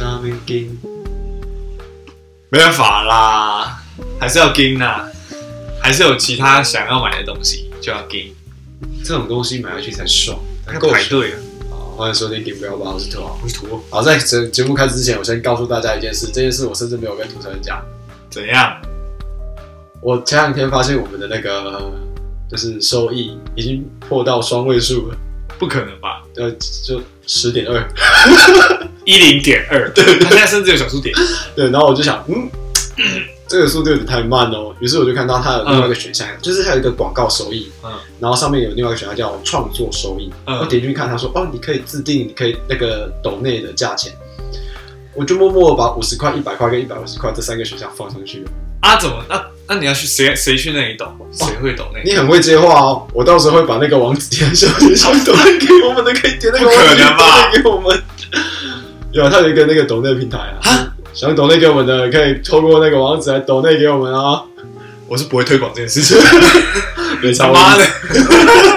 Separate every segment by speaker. Speaker 1: 那边盯，没办法啦，还是要盯啦，还是有其他想要买的东西就要盯，
Speaker 2: 这种东西买回去才爽，才
Speaker 1: 要
Speaker 2: 够
Speaker 1: 排
Speaker 2: 爽。
Speaker 1: 队啊。
Speaker 2: 好欢迎收听《顶不要吧》，我是土豪。
Speaker 1: 我是土豪，
Speaker 2: 好，在节节目开始之前，我先告诉大家一件事，这件事我甚至没有跟主持人讲。
Speaker 1: 怎样？
Speaker 2: 我前两天发现我们的那个就是收益已经破到双位数了，
Speaker 1: 不可能吧？
Speaker 2: 呃，就十点二。
Speaker 1: 一零点二，他现在甚至有小数点。
Speaker 2: 对，然后我就想，嗯， 这个速度有点太慢哦。于是我就看到它有另外一个选项，就是它有一个广告收益，
Speaker 1: 嗯
Speaker 2: 然后上面有另外一个选项叫创作收益。
Speaker 1: 嗯
Speaker 2: 我点进去看，他说，哦，你可以自定，你可以那个抖内的价钱。我就默默地把五十块、一百块跟一百五十块这三个选项放上去了。
Speaker 1: 啊，怎么？那那你要去谁谁去那里抖？谁会抖那里？
Speaker 2: 你很会接话哦，我到时候会把那个网址贴在上面，想抖内给我们的可以点那个
Speaker 1: 不
Speaker 2: 网
Speaker 1: 可
Speaker 2: 址
Speaker 1: 能吧
Speaker 2: 抖内给我们。有，它有一个那个抖内平台啊
Speaker 1: 啊，
Speaker 2: 想抖内给我们的可以透过那个网址来抖内给我们啊。
Speaker 1: 我是不会推广这件事情。
Speaker 2: 没
Speaker 1: 他
Speaker 2: 差，
Speaker 1: 妈的，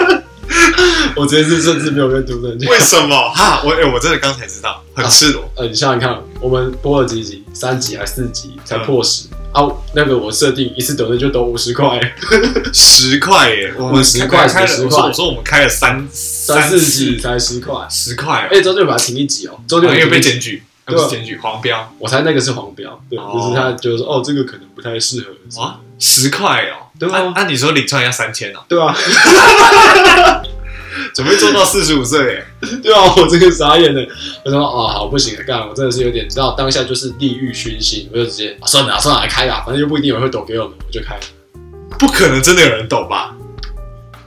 Speaker 2: 我这次甚至没有跟主持人讲
Speaker 1: 为。什么？ 哈，我哎、我真的刚才知道，很赤裸。
Speaker 2: 呃，你想想看，我们播了几集，三集还是四集才破十、啊？那个我设定一次抖的就抖五十块，
Speaker 1: 十块耶，我们
Speaker 2: 十块
Speaker 1: 开了，
Speaker 2: 十
Speaker 1: 我
Speaker 2: 块
Speaker 1: 说我说我们开了三三
Speaker 2: 三四集才十块。
Speaker 1: 十块哦，
Speaker 2: 哎，周杰伦把它停一集哦，周杰
Speaker 1: 因
Speaker 2: 伦
Speaker 1: 为被
Speaker 2: 停一集
Speaker 1: 检举，啊不是检举黄标
Speaker 2: 我猜那个是黄标，对，
Speaker 1: 哦
Speaker 2: 就是他觉得说，哦，这个可能不太适合，
Speaker 1: 哇，十块哦，
Speaker 2: 对啊
Speaker 1: 按按你说领创要三千 哦，
Speaker 2: 对啊，
Speaker 1: 准备做到四十五岁耶，
Speaker 2: 对啊，我这个傻眼了，我说，哦，好，不行了，干，我真的是有点，你知道，当下就是地狱熏心，我就直接、啊算了、啊，算了、啊，开啦，反正又不一定有人会抖给我们，我就开了。
Speaker 1: 不可能真的有人懂吧？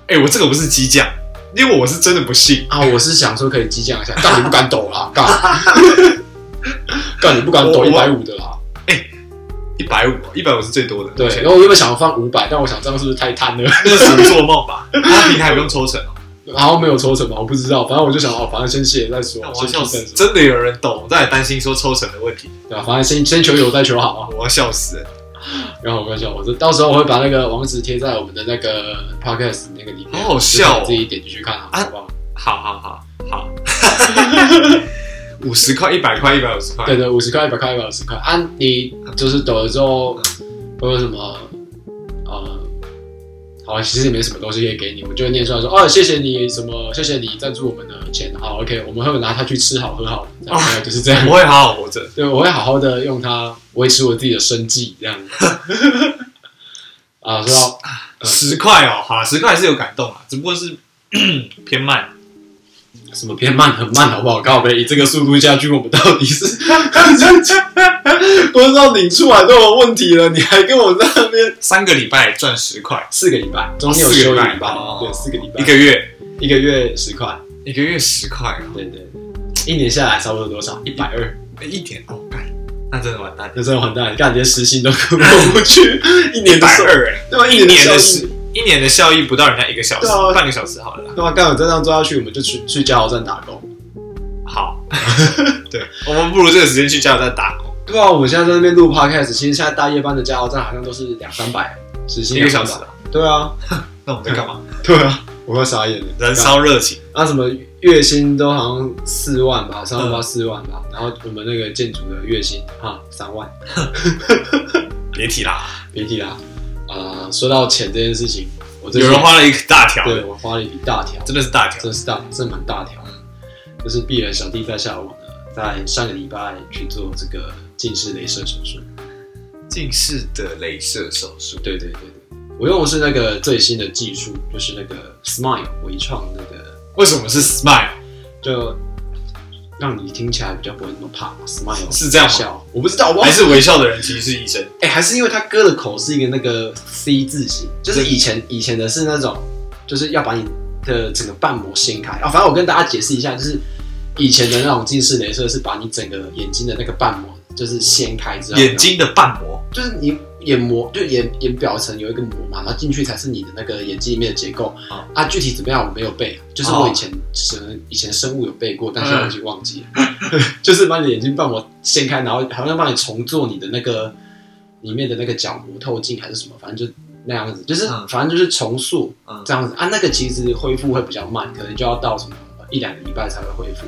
Speaker 1: 哎，我这个不是激将，因为我是真的不信，
Speaker 2: 啊，我是想说可以激将一下， 但你不敢抖啦，干， 干你不敢抖
Speaker 1: 我
Speaker 2: 一百五的啦。
Speaker 1: 一百五，一百五是最多的，
Speaker 2: 对
Speaker 1: 目，前
Speaker 2: 然后我原本想放五百，但我想这样是不是太贪了？
Speaker 1: 那是属于做梦 吧？他平台不用抽成哦，
Speaker 2: 然后没有抽成嘛，我不知道，反正我就想哦，反正先谢了再说
Speaker 1: 但，我要
Speaker 2: 先
Speaker 1: 笑
Speaker 2: 提
Speaker 1: 死
Speaker 2: 升，
Speaker 1: 真的有人懂，我在担心说抽成的问题，
Speaker 2: 对吧？啊反正先先求有再求好啊。
Speaker 1: 我要笑死了。
Speaker 2: 然后我跟你讲，我这到时候我会把那个网址贴在我们的那个 podcast 那个里面，
Speaker 1: 好好笑哦
Speaker 2: 就是你自己点进去看啊，
Speaker 1: 啊
Speaker 2: 好不好？
Speaker 1: 好好好好，五十块、一百块、一百五十块，
Speaker 2: 对对，五十块、一百块、一百五十块，啊，你就是抖了之后会有什么？呃，好，其实也没什么东西可以给你，我就会念出来说，哦，谢谢你什么，谢谢你赞助我们的钱，好，OK，我们会拿它去吃好喝好，这样
Speaker 1: 哦
Speaker 2: 大概就是这样
Speaker 1: 我。会好好活着。
Speaker 2: 对，我会好好的用它维持我自己的生计，这样。 啊，说到嗯
Speaker 1: 十块哦，好啦，十块还是有感动啊，只不过是 偏慢。
Speaker 2: 什么偏慢很慢，好不好？靠背，以这个速度下去，我们到底是 多少领出来都有问题了，你还跟我在那边
Speaker 1: 三个礼拜赚十块，
Speaker 2: 四个礼拜，中间有
Speaker 1: 四
Speaker 2: 休一
Speaker 1: 个礼
Speaker 2: 个
Speaker 1: 拜
Speaker 2: 礼拜，
Speaker 1: 哦
Speaker 2: 对，四个礼拜，
Speaker 1: 一个月，
Speaker 2: 一个月十块，
Speaker 1: 一个月十块啊，
Speaker 2: 对对，一年下来差不多多少？一百二，
Speaker 1: 哎一点哦，干，那真的完蛋，
Speaker 2: 那真的完蛋，干连时薪都过不 去，一年
Speaker 1: 一
Speaker 2: 的
Speaker 1: 百
Speaker 2: 收入，
Speaker 1: 二哎，
Speaker 2: 对吧？
Speaker 1: 一年
Speaker 2: 的
Speaker 1: 的
Speaker 2: 收
Speaker 1: 时
Speaker 2: 入，
Speaker 1: 一年的效益不到人家一个小时
Speaker 2: 对啊，
Speaker 1: 半个小时好了啦。
Speaker 2: 对吧？干我这样做下去，我们就去去加油站打工。
Speaker 1: 好，对，我们不如这个时间去加油站打工，
Speaker 2: 对啊，我们现在在那边录 podcast，其实现在大夜班的加油站好像都是两三百啊时薪，
Speaker 1: 一个小时
Speaker 2: 200。
Speaker 1: 啊。
Speaker 2: 对啊，
Speaker 1: 那我们在干嘛？
Speaker 2: 对啊，我快傻眼了。
Speaker 1: 燃烧热情，
Speaker 2: 那什么月薪都好像四万吧，三万
Speaker 1: 嗯
Speaker 2: 八四万吧。然后我们那个建筑的月薪啊三万，
Speaker 1: 别提啦。
Speaker 2: 别提啦。啊、说到钱这件事情，我最
Speaker 1: 有
Speaker 2: 近
Speaker 1: 人花啊了一个大条，
Speaker 2: 对我花了一笔大条，
Speaker 1: 真的是大条。
Speaker 2: 真是大，真的蛮大条的。就是碧儿小弟在下午呢，在上个礼拜去做这个近视雷射手术。
Speaker 1: 近视的镭射手术，
Speaker 2: 对对对对，我用的是那个最新的技术，就是那个 Smile 微创那个，
Speaker 1: 为什么是 smile？
Speaker 2: 就让你听起来比较不会那么怕。Smile
Speaker 1: 是这样吗
Speaker 2: 笑，我不知道，我
Speaker 1: 还是微笑的人其实是医生？
Speaker 2: 哎、还是因为他割的口是一个那个 C 字形，就是以前以前的是那种，就是要把你的整个瓣膜掀开啊、反正我跟大家解释一下，就是以前的那种近视雷射是把你整个眼睛的那个瓣膜就是掀开之后，
Speaker 1: 眼睛的瓣膜，
Speaker 2: 就是你眼膜就眼眼表层有一个膜嘛，然后进去才是你的那个眼睛里面的结构、
Speaker 1: 哦
Speaker 2: 啊。具体怎么样我没有背，就是
Speaker 1: 哦
Speaker 2: 我以前生、以前生物有背过，但是我已经忘记了。 就是把你的眼睛帮我掀开，然后好像帮你重做你的那个里面的那个角膜透镜还是什么，反正就那样子，就是、
Speaker 1: 嗯
Speaker 2: 反正就是重塑
Speaker 1: 嗯
Speaker 2: 这样子啊。那个其实恢复会比较慢，可能就要到什么一两个礼拜才会恢复。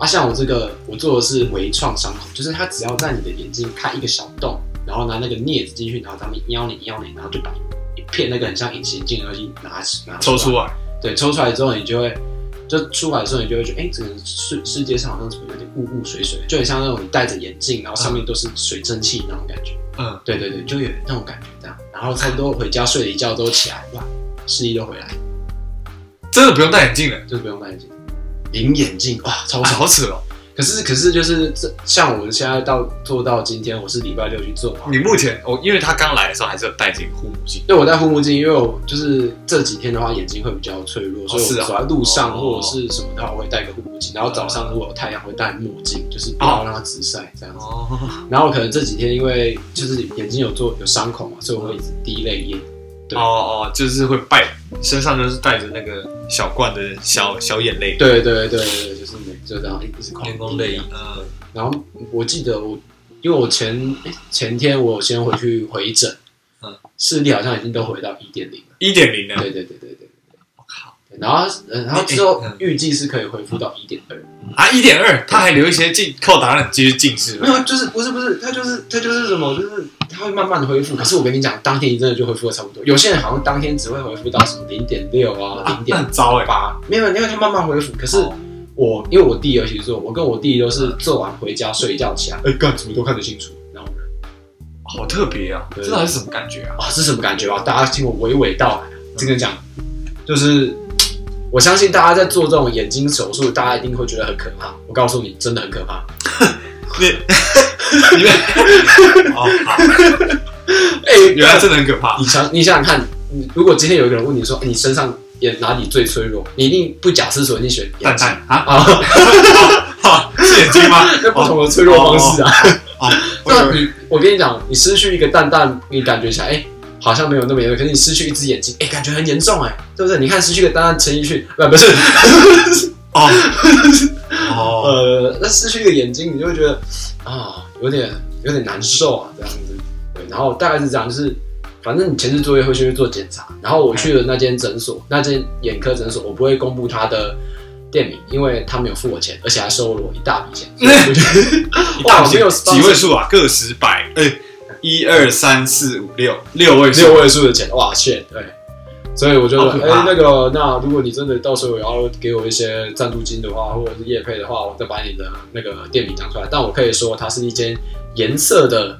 Speaker 2: 啊，像我这个，我做的是微创伤口，就是它只要在你的眼睛开一个小洞，然后拿那个镊子进去，然后咱们咬你咬你，然后就把一片那个很像隐形眼镜的东西拿拿
Speaker 1: 抽出来，
Speaker 2: 对，抽出来之后你就会，就出来之后你就会觉得，哎、这个世世界上好像怎么有点雾雾水水，就很像那种你戴着眼镜，然后上面都是水蒸气那种感觉。
Speaker 1: 嗯，
Speaker 2: 对对对，就有那种感觉这样。然后差不多回家睡了一觉之后起来，哇，视力都回来，
Speaker 1: 真的不用戴眼镜了，
Speaker 2: 就是不用戴眼镜，零眼镜哇，超
Speaker 1: 啊
Speaker 2: 爽。
Speaker 1: 好扯哦！
Speaker 2: 可是可是就是这像我们现在到做到今天，我是礼拜六去做嘛。
Speaker 1: 你目前我因为他刚来的时候还是有戴着护目镜，
Speaker 2: 因为我戴护目镜，因为我就是这几天的话眼睛会比较脆弱，所以
Speaker 1: 是
Speaker 2: 我
Speaker 1: 啊
Speaker 2: 走在路上
Speaker 1: 哦
Speaker 2: 或者是什么的话，我会戴个护目镜。然后早上如果有太阳，会戴墨镜，就是不要让它直晒这样子。
Speaker 1: 哦，
Speaker 2: 然后可能这几天因为就是眼睛有做有伤口嘛，所以我会一直滴泪液。对
Speaker 1: 哦哦，就是会拜，身上就是带着那个小罐的小小眼泪，
Speaker 2: 对对对对对，就是每就这样一直狂
Speaker 1: 员工
Speaker 2: 滴啊
Speaker 1: 泪
Speaker 2: 这样。，
Speaker 1: 嗯，
Speaker 2: 然后我记得我，因为我前诶前天我有先回去回诊，
Speaker 1: 嗯
Speaker 2: 视力好像已经都回到一点零了。
Speaker 1: 一点零啊呢？
Speaker 2: 对对对对对。
Speaker 1: 我靠，
Speaker 2: 对然后，呃然后之后
Speaker 1: 嗯
Speaker 2: 预计是可以恢复到一点二，
Speaker 1: 啊，一点二，他还留一些近扣打让你继续近视
Speaker 2: 没，有，就是不是不是，他就是他就是什么，就是他会慢慢的恢复。可是我跟你讲，当天真的就恢复的差不多。有些人好像当天只会恢复到什么零点六啊、零
Speaker 1: 那
Speaker 2: 点
Speaker 1: 很糟哎，
Speaker 2: 八，没有，因为他慢慢恢复。可是
Speaker 1: 哦
Speaker 2: 我因为我弟尤其是我跟我弟都是做完回家睡一觉起来，哎，干什么都看得清楚，然后
Speaker 1: 好特别啊，
Speaker 2: 对
Speaker 1: 这到底是什么感觉啊？
Speaker 2: 啊，是什么感觉啊？大家听我娓娓道来，这个讲，就是我相信大家在做这种眼睛手术，大家一定会觉得很可怕。我告诉你，真的很可怕。
Speaker 1: 你你们 哦好，
Speaker 2: 哎、
Speaker 1: 原来真的很可怕
Speaker 2: 你想你想想看，你如果今天有一个人问你说、哎你身上眼哪里最脆弱，你一定不假思索，一定选眼
Speaker 1: 蛋
Speaker 2: 睛
Speaker 1: 蛋啊，
Speaker 2: 啊，
Speaker 1: 哈是眼睛吗？
Speaker 2: 那不同的脆弱方式啊。
Speaker 1: 哦，我以
Speaker 2: 那
Speaker 1: 为
Speaker 2: 你我跟你讲，你失去一个蛋蛋，你感觉起来，哎、好像没有那么严重，可是你失去一只眼睛，哎、感觉很严重、哎，对不对？你看失去一个蛋蛋，陈奕迅不不是，
Speaker 1: 哦 哦，
Speaker 2: 呃，那失去一个眼睛，你就会觉得啊，有点有点难受啊，这样子。对，然后大概是这样，就是反正你前置作业会先去做检查，然后我去了那间诊
Speaker 1: 嗯
Speaker 2: 所，那间眼科诊所，我不会公布他的店名，因为他没有付我钱，而且还收了我一大笔 钱。所以我就
Speaker 1: 一大
Speaker 2: 哇没有
Speaker 1: 片几位数啊，个十百，哎，一二三四五六六位数，
Speaker 2: 六位数的钱，哇，shit，对。所以我觉得，
Speaker 1: 好可
Speaker 2: 哎、
Speaker 1: 怕
Speaker 2: 那个，那如果你真的到时候要给我一些赞助金的话，或者是业配的话，我再把你的那个店名讲出来。但我可以说，它是一间颜色的，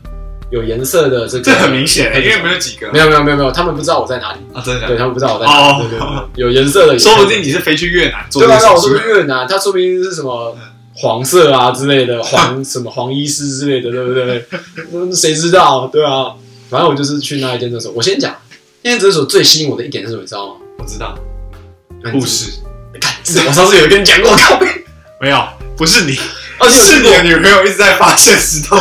Speaker 2: 有颜色的这个，
Speaker 1: 哎这很明显，欸
Speaker 2: 对
Speaker 1: 因为没有几个
Speaker 2: 没有没有没有没有，他们不知道我在哪里，
Speaker 1: 啊，真的假
Speaker 2: 对
Speaker 1: 的，
Speaker 2: 他们不知道我在哪
Speaker 1: 哦
Speaker 2: 里，对对对，有颜色的颜色，
Speaker 1: 说不定你是飞去越南做
Speaker 2: 对
Speaker 1: 这
Speaker 2: 啊
Speaker 1: 个，
Speaker 2: 那
Speaker 1: 手
Speaker 2: 我说
Speaker 1: 术
Speaker 2: 不，定越南，他说不定是什么
Speaker 1: 嗯
Speaker 2: 黄色啊之类的，黄什么黄医师之类的，对不对？嗯 谁知道？对啊，反正我就是去那一间诊所。我先讲，那间诊所最吸引我的一点是什么？你知道吗？
Speaker 1: 我知道护士
Speaker 2: 干。是我上次有跟你讲 过，靠背。
Speaker 1: 没有，不是你，
Speaker 2: 哦，你有
Speaker 1: 是
Speaker 2: 试
Speaker 1: 你
Speaker 2: 过？
Speaker 1: 的女朋友一直在发现石头。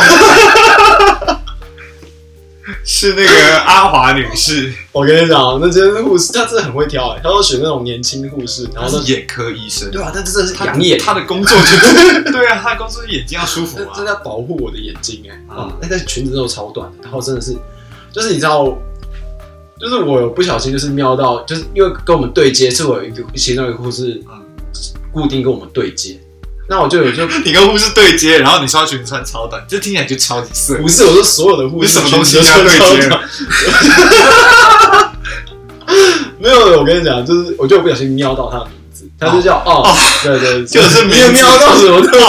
Speaker 1: 是那个阿华女士，
Speaker 2: 我跟你讲，那间护士他真的很会挑、欸，他都选那种年轻护士，然
Speaker 1: 她
Speaker 2: 后
Speaker 1: 是
Speaker 2: 呢，
Speaker 1: 眼科医生，
Speaker 2: 对啊，但这真的是
Speaker 1: 她
Speaker 2: 养眼，
Speaker 1: 她的工作就是， 对啊，她的工作就是眼睛要舒服
Speaker 2: 这
Speaker 1: 啊
Speaker 2: 这。在保护我的眼睛哎、欸，
Speaker 1: 啊
Speaker 2: 啊，那、裙子都超短的，然后真的是，就是你知道，就是我有不小心就是瞄到，就是因为跟我们对接是我有一个其中一个护士
Speaker 1: 嗯
Speaker 2: 固定跟我们对接，那我就有就
Speaker 1: 你跟护士对接，然后你说她裙子穿超短，这听起来就超级色。
Speaker 2: 不是我说所有的护
Speaker 1: 你
Speaker 2: 士
Speaker 1: 什么东西
Speaker 2: 裙
Speaker 1: 跟
Speaker 2: 子
Speaker 1: 她
Speaker 2: 都超
Speaker 1: 对接
Speaker 2: 短？没有，我跟你讲，就是我就有不小心瞄到他的名字，他就叫哦，对对，对
Speaker 1: 就是名
Speaker 2: 你也
Speaker 1: 字哦
Speaker 2: 瞄到什么对不对？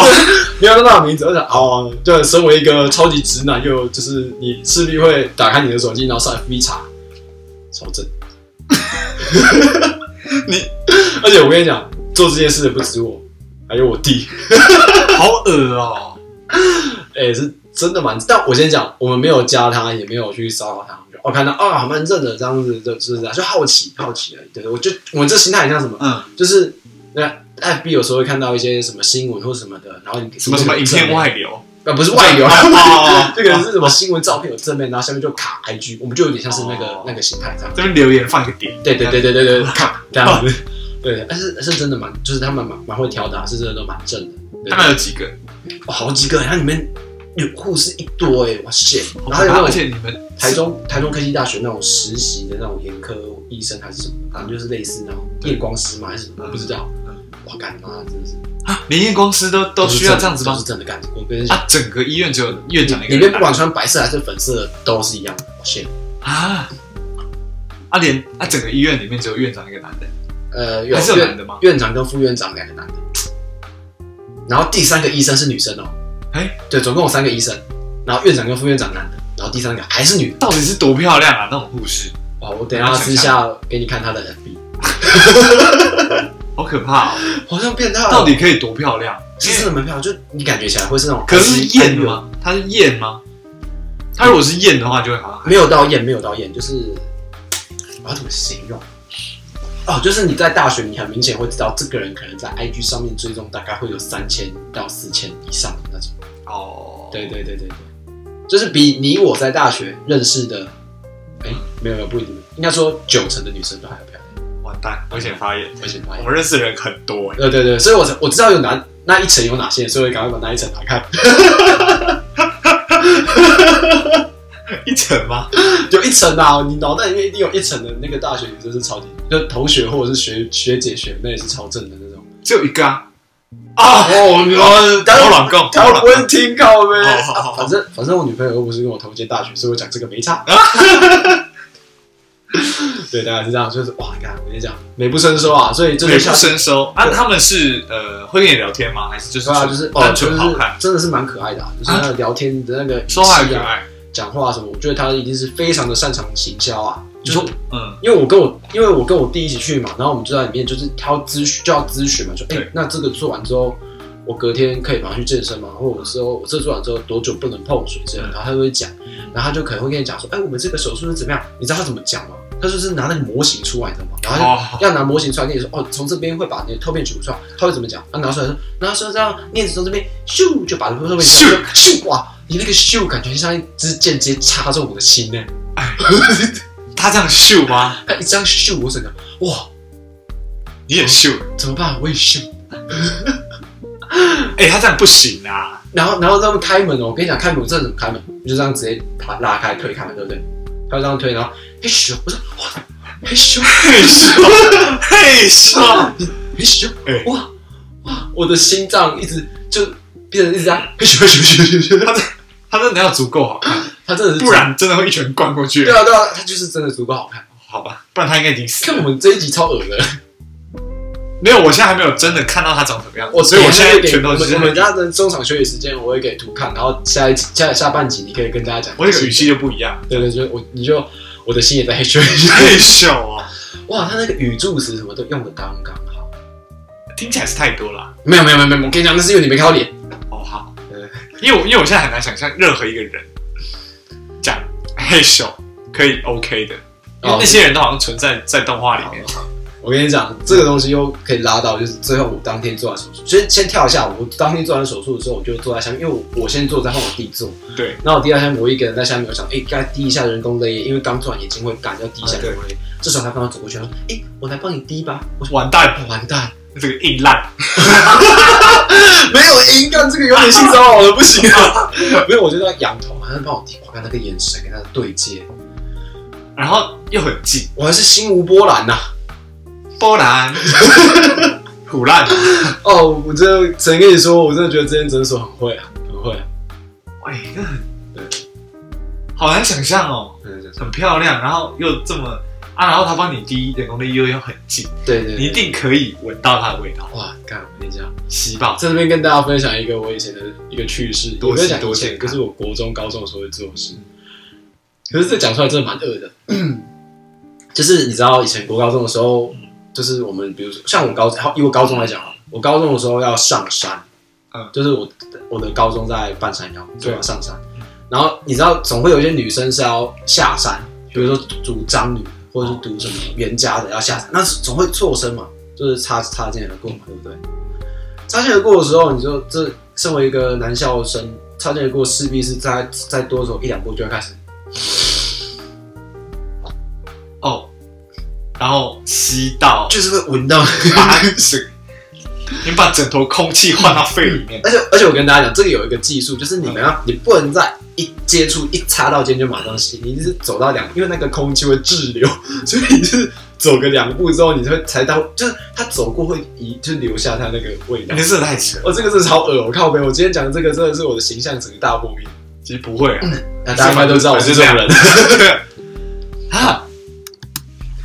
Speaker 2: 瞄到他的名字，我想哦，对，身为一个超级直男，又就是你势必会打开你的手机，然后上 FB 查，超 正。
Speaker 1: 你，
Speaker 2: 而且我跟你讲，做这件事的不止我，还有我弟，
Speaker 1: 好恶哦、
Speaker 2: 哎、是真的蛮。但我先讲，我们没有加他，也没有去骚扰他，我就哦看到啊，蛮正的这样子，就就是这样，就好奇好奇而已。对，我就我这心态很像什么？
Speaker 1: 嗯，
Speaker 2: 就是那 FB 有时候会看到一些什么新闻或什么的，然后你
Speaker 1: 什么什么
Speaker 2: 你
Speaker 1: 影片外流，
Speaker 2: 啊，不是外流，
Speaker 1: 哦哦哦
Speaker 2: 这个是什么新闻照片有正面，然后下面就卡 IG，我们就有点像是那个
Speaker 1: 哦
Speaker 2: 那个形态这样。
Speaker 1: 这边留言放一个点，
Speaker 2: 对对对对对对，卡这样子。对，但是是真的蛮，就是他们蛮蛮会挑的啊，是真的都蛮正的。对
Speaker 1: 他们有几个？
Speaker 2: 哦好几个，然后里面有护士一堆，哇塞！然后有那种
Speaker 1: 而且你们
Speaker 2: 台中台中科技大学那种实习的那种眼科医生还是什么，反正就是类似那种
Speaker 1: 对
Speaker 2: 验光师嘛还是什么，
Speaker 1: 嗯
Speaker 2: 我不知道
Speaker 1: 嗯。
Speaker 2: 哇，干妈真的是
Speaker 1: 啊，连验光师都都需要这样子
Speaker 2: 都
Speaker 1: 吗
Speaker 2: 是？真的干，我跟你 讲，
Speaker 1: 啊，整个医院只有院长一
Speaker 2: 里
Speaker 1: 个
Speaker 2: 面
Speaker 1: 人
Speaker 2: 不管穿白色还是粉色的都是一样的，哇塞！
Speaker 1: 啊啊连啊整个医院里面只有院长一个男的，
Speaker 2: 呃，有
Speaker 1: 还是有男的吗
Speaker 2: 院院长跟副院长两个男的，然后第三个医生是女生哦。
Speaker 1: 哎
Speaker 2: 对，总共有三个医生，然后院长跟副院长男的，然后第三个还是女的。
Speaker 1: 到底是多漂亮啊！那种护士，
Speaker 2: 哇，我等一下私下给你看她的 FB，
Speaker 1: 好可 怕哦！
Speaker 2: 好像变态哦。
Speaker 1: 到底可以多漂亮？
Speaker 2: 是真的门票，就你感觉起来会是那种，
Speaker 1: 可是艳？吗？它是艳吗？它如果是艳的话，就会好。
Speaker 2: 没有到艳，没有到艳，就是我要怎么形容？哦，就是你在大学，你很明显会知道这个人可能在 IG 上面追踪大概会有三千到四千以上的那种。
Speaker 1: 哦，
Speaker 2: 对对对对对，就是比你我在大学认识的，哎，没有没有不一定，应该说九成的女生都还要漂亮，
Speaker 1: 完蛋，危险发言。
Speaker 2: 而且发
Speaker 1: 我
Speaker 2: 现
Speaker 1: 们认识的人很多哎，
Speaker 2: 对对对，所以我才我知道有哪那一层有哪些，所以我赶快把那一层打开，
Speaker 1: 一层吗？
Speaker 2: 有一层啊，你脑袋里面一定有一层的那个大学女生是超级，就同学或者是学学姐学妹是超正的那种。
Speaker 1: 只有一个啊！
Speaker 2: 哦，
Speaker 1: 啊，我我老公，
Speaker 2: 她
Speaker 1: 我
Speaker 2: 不
Speaker 1: 老
Speaker 2: 会听到呗。
Speaker 1: 哦好好
Speaker 2: 啊反正反正我女朋友又不是跟我同届大学，所以我讲这个没差。对，大概是这样，就是哇，看我跟你讲，美不胜收啊，所以就
Speaker 1: 美
Speaker 2: 是
Speaker 1: 不
Speaker 2: 像
Speaker 1: 胜收啊！
Speaker 2: 对
Speaker 1: 他们是呃会跟你聊天吗？还是就是
Speaker 2: 对啊，就是哦，
Speaker 1: 单
Speaker 2: 就是
Speaker 1: 纯好看，
Speaker 2: 真的是蛮可爱的、啊，就是他的聊天的那个语气
Speaker 1: 说话很可
Speaker 2: 啊，
Speaker 1: 爱？
Speaker 2: 讲话什么，我觉得他一定是非常的擅长行销啊。
Speaker 1: 你
Speaker 2: 就是
Speaker 1: 说嗯
Speaker 2: 因为我跟我，因为我跟我弟一起去嘛，然后我们就在里面，就是他要咨询，就要咨询嘛，说，哎、
Speaker 1: 对
Speaker 2: 那这个做完之后，我隔天可以马上去健身吗？或者说，我这做完之后多久不能碰水之类的，
Speaker 1: 嗯
Speaker 2: 然后他就会讲，然后他就可能会跟你讲说，哎、我们这个手术是怎么样？你知道他怎么讲吗？他就是拿那个模型出来，你知道吗？然后他就
Speaker 1: 哦，
Speaker 2: 要拿模型出来跟你说，哦，从这边会把你的透片取出来，他会怎么讲？他拿出来说，然后说这样镊子从这边咻就把透片取出来，咻哇，你那个咻感觉像一支箭直接插中我的心呢、哎
Speaker 1: 他这样秀吗？
Speaker 2: 他一张咻，我整个哇
Speaker 1: 你也秀？
Speaker 2: 怎么办？我也咻。嗯
Speaker 1: 哎，他这样不 行啊！
Speaker 2: 然后然后他们开门哦，我跟你讲开门我真的怎么开门，我就这样直接拉拉开推开门，对不对？他就这样推，然后嘿咻，我说哇嘿咻
Speaker 1: 嘿咻，嘿咻，
Speaker 2: 嘿咻
Speaker 1: 哎，
Speaker 2: 哇哇，我的心脏一直就变成一直在嘿咻嘿咻嘿咻嘿咻，
Speaker 1: 他这他真的要足够好看，
Speaker 2: 他真的是
Speaker 1: 不然真的会一拳灌过去
Speaker 2: 啊对。啊对啊，他就是真的足够好看。
Speaker 1: 好吧，不然他应该已经死
Speaker 2: 看
Speaker 1: 了。
Speaker 2: 我们这一集超恶的，
Speaker 1: 没有，我现在还没有真的看到他长什么样子，
Speaker 2: 我
Speaker 1: 所以我现在
Speaker 2: 给
Speaker 1: 全
Speaker 2: 我
Speaker 1: 都
Speaker 2: 们
Speaker 1: 是
Speaker 2: 我们家的中场休息时间，我会给图看，然后下一集下下半集你可以跟大家讲。
Speaker 1: 我这个语气，就不一 样。
Speaker 2: 对对，就我你就我的心也在嘿咻嘿咻，
Speaker 1: 嘿咻哦，
Speaker 2: 哇，他那个语助词什么都用的刚刚好。
Speaker 1: 听起来是太多了啊。
Speaker 2: 没有没有没有没有，我跟你讲，那是因为你没看到脸。
Speaker 1: 哦好
Speaker 2: 嗯，
Speaker 1: 因为我因为我现在很难想象任何一个人讲嘿咻可以 OK 的，因为
Speaker 2: 哦
Speaker 1: 那些人都好像存在在动画里面。
Speaker 2: 我跟你讲，这个东西又可以拉到，就是最后我当天做完手术，先先跳一下，我当天做完手术的时候，我就坐在下面，因为我我先坐在换我弟坐，
Speaker 1: 对，
Speaker 2: 然后我弟在下面，我一个人在下面，我想，哎、该滴一下人工泪液，因为刚做完眼睛会干，要滴一下人工泪液。这时候他刚刚走过去，他说，哎、我来帮你滴吧。我说，
Speaker 1: 完蛋，
Speaker 2: 哇，完蛋，
Speaker 1: 这个硬烂，
Speaker 2: 没有音干，这个有点性骚扰了，不行啊。没有，我就在仰头，他在帮我滴，我看那个眼神跟他的对接，
Speaker 1: 然后又很近，
Speaker 2: 我还是心无波澜呐、
Speaker 1: 波兰， 虎烂，
Speaker 2: 哦，我真的只能跟你说，我真的觉得这间诊所很会啊，很会、啊。
Speaker 1: 哎，那很
Speaker 2: 对
Speaker 1: 好难想象哦，
Speaker 2: 对对
Speaker 1: 很漂亮，然后又这么啊，然后他帮你滴人工泪又又很近，
Speaker 2: 对对，
Speaker 1: 你一定可以闻到它的味道，
Speaker 2: 哇！干，我跟你讲，
Speaker 1: 吸爆，
Speaker 2: 在这边跟大家分享一个我以前的一个趣事，
Speaker 1: 多
Speaker 2: 我跟你
Speaker 1: 多啊
Speaker 2: 讲以前，
Speaker 1: 健
Speaker 2: 可
Speaker 1: 康
Speaker 2: 是我国中、高中的时候会做的事，可是这讲出来真的蛮恶 的。就是你知道，以前国高中的时候，就是我们比如说像我高，好以我高中来讲啊，我高中的时候要上山，
Speaker 1: 嗯
Speaker 2: 就是我我的高中在半山腰，对
Speaker 1: 对
Speaker 2: 吧？上山，然后你知道，总会有一些女生是要下山，比如说读章女，或者是读什么袁家的要下山，那是总会错身嘛，就是擦擦肩而过嘛，对不对？擦肩而过的时候，你就这身为一个男校生，插电的过势必是再再多走一两步就要开始
Speaker 1: 哦，然后吸 到，
Speaker 2: 就是会闻到。
Speaker 1: 把水，你把整头空气换到肺里面，
Speaker 2: 而且而且我跟大家讲，这个有一个技术，就是你们要你不能在一接触一插到肩就马上吸，你就是走到两，因为那个空气会滞留， 所以你是走个两步之后，你才会才到，就是它走过会移，就是留下它那个味道
Speaker 1: 你。真的太扯了。
Speaker 2: 哦，这个真的超恶哦！靠背，我今天讲的这个真的是我的形象整个大破灭。
Speaker 1: 其实不会啊，
Speaker 2: 那大家应该都知道我是这种人。
Speaker 1: 人。
Speaker 2: 啊，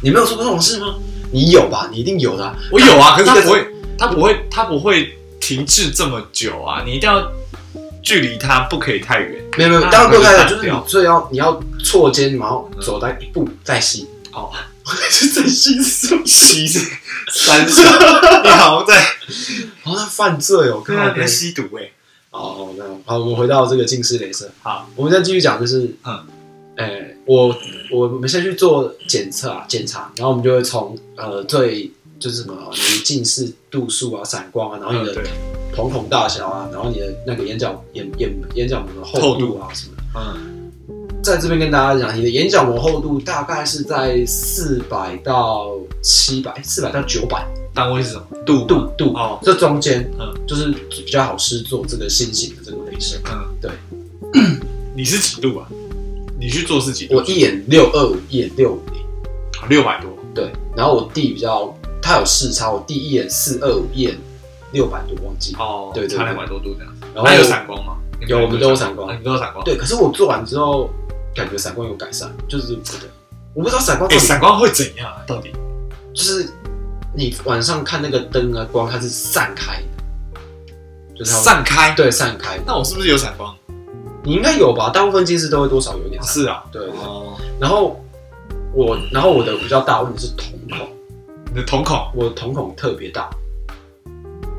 Speaker 2: 你没有做过这种事吗？你有吧？你一定有的啊、
Speaker 1: 我有啊，可是他不会，他不会，他不会停滞这么久啊！你一定要距离他不可以太远
Speaker 2: 没有没有，
Speaker 1: 啊
Speaker 2: 当然不开了，
Speaker 1: 那
Speaker 2: 就
Speaker 1: 就是
Speaker 2: 你
Speaker 1: 淡掉
Speaker 2: 最要你要错肩，然后走到一步再吸。
Speaker 1: 哦。
Speaker 2: 是在吸什么？
Speaker 1: 吸三小，你好像在
Speaker 2: 好像犯罪哦！
Speaker 1: 对
Speaker 2: 靠
Speaker 1: 啊，
Speaker 2: 背
Speaker 1: 你在吸毒哎、
Speaker 2: 哦，那好，我们回到这个近视雷射。
Speaker 1: 好，
Speaker 2: 我们再继续讲，就是
Speaker 1: 嗯，
Speaker 2: 哎、我我们先去做检测啊，检查，然后我们就会从呃最就是什么你近视度数啊、散光啊，然后你
Speaker 1: 嗯，
Speaker 2: 的
Speaker 1: 对，
Speaker 2: 瞳孔大小啊，然后你的那个眼角眼眼眼角膜的厚度啊什么的，
Speaker 1: 嗯，
Speaker 2: 在这边跟大家讲，你的眼角膜厚度大概是在四百到七百，四百到九百
Speaker 1: 单位是什么？度
Speaker 2: 度度
Speaker 1: 哦，
Speaker 2: 这中间，
Speaker 1: 嗯
Speaker 2: 就是比较好施做这个新型的这个镭射。
Speaker 1: 嗯，
Speaker 2: 对。
Speaker 1: 你是几度啊？你去做是几度？
Speaker 2: 我一眼六二五，一眼六五零，
Speaker 1: 六百多，
Speaker 2: 对。然后我弟比较，他有视差，我弟一眼四二五，一眼六百多，忘记。
Speaker 1: 哦，
Speaker 2: 对对对
Speaker 1: 差两百多度这样子。
Speaker 2: 然后
Speaker 1: 那有散光吗？你
Speaker 2: 有我们都有散光
Speaker 1: 啊你们都有散光。
Speaker 2: 对，可是我做完之后，感觉散光有改善，就是我不知道散光到
Speaker 1: 哎，
Speaker 2: 底
Speaker 1: 散光会怎样啊？到底？
Speaker 2: 就是你晚上看那个灯啊光，它是散开的，就是它会
Speaker 1: 散开。
Speaker 2: 对散开。
Speaker 1: 那我是不是有散光？
Speaker 2: 你应该有吧？大部分近视都会多少有一点散。
Speaker 1: 是啊。
Speaker 2: 对对对
Speaker 1: 哦，
Speaker 2: 然后我，然后我的比较大问题是瞳孔，
Speaker 1: 你的瞳孔，
Speaker 2: 我的瞳孔特别大。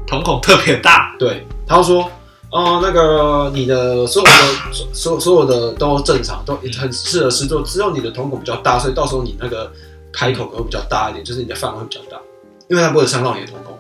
Speaker 1: 瞳孔特别大。
Speaker 2: 对，他就说，哦、那个你的所有的所所所有的都正常，都很适合施作，只有你的瞳孔比较大，所以到时候你那个开口可能会比较大一点，就是你的范围会比较大，因为它不会伤到你的瞳孔。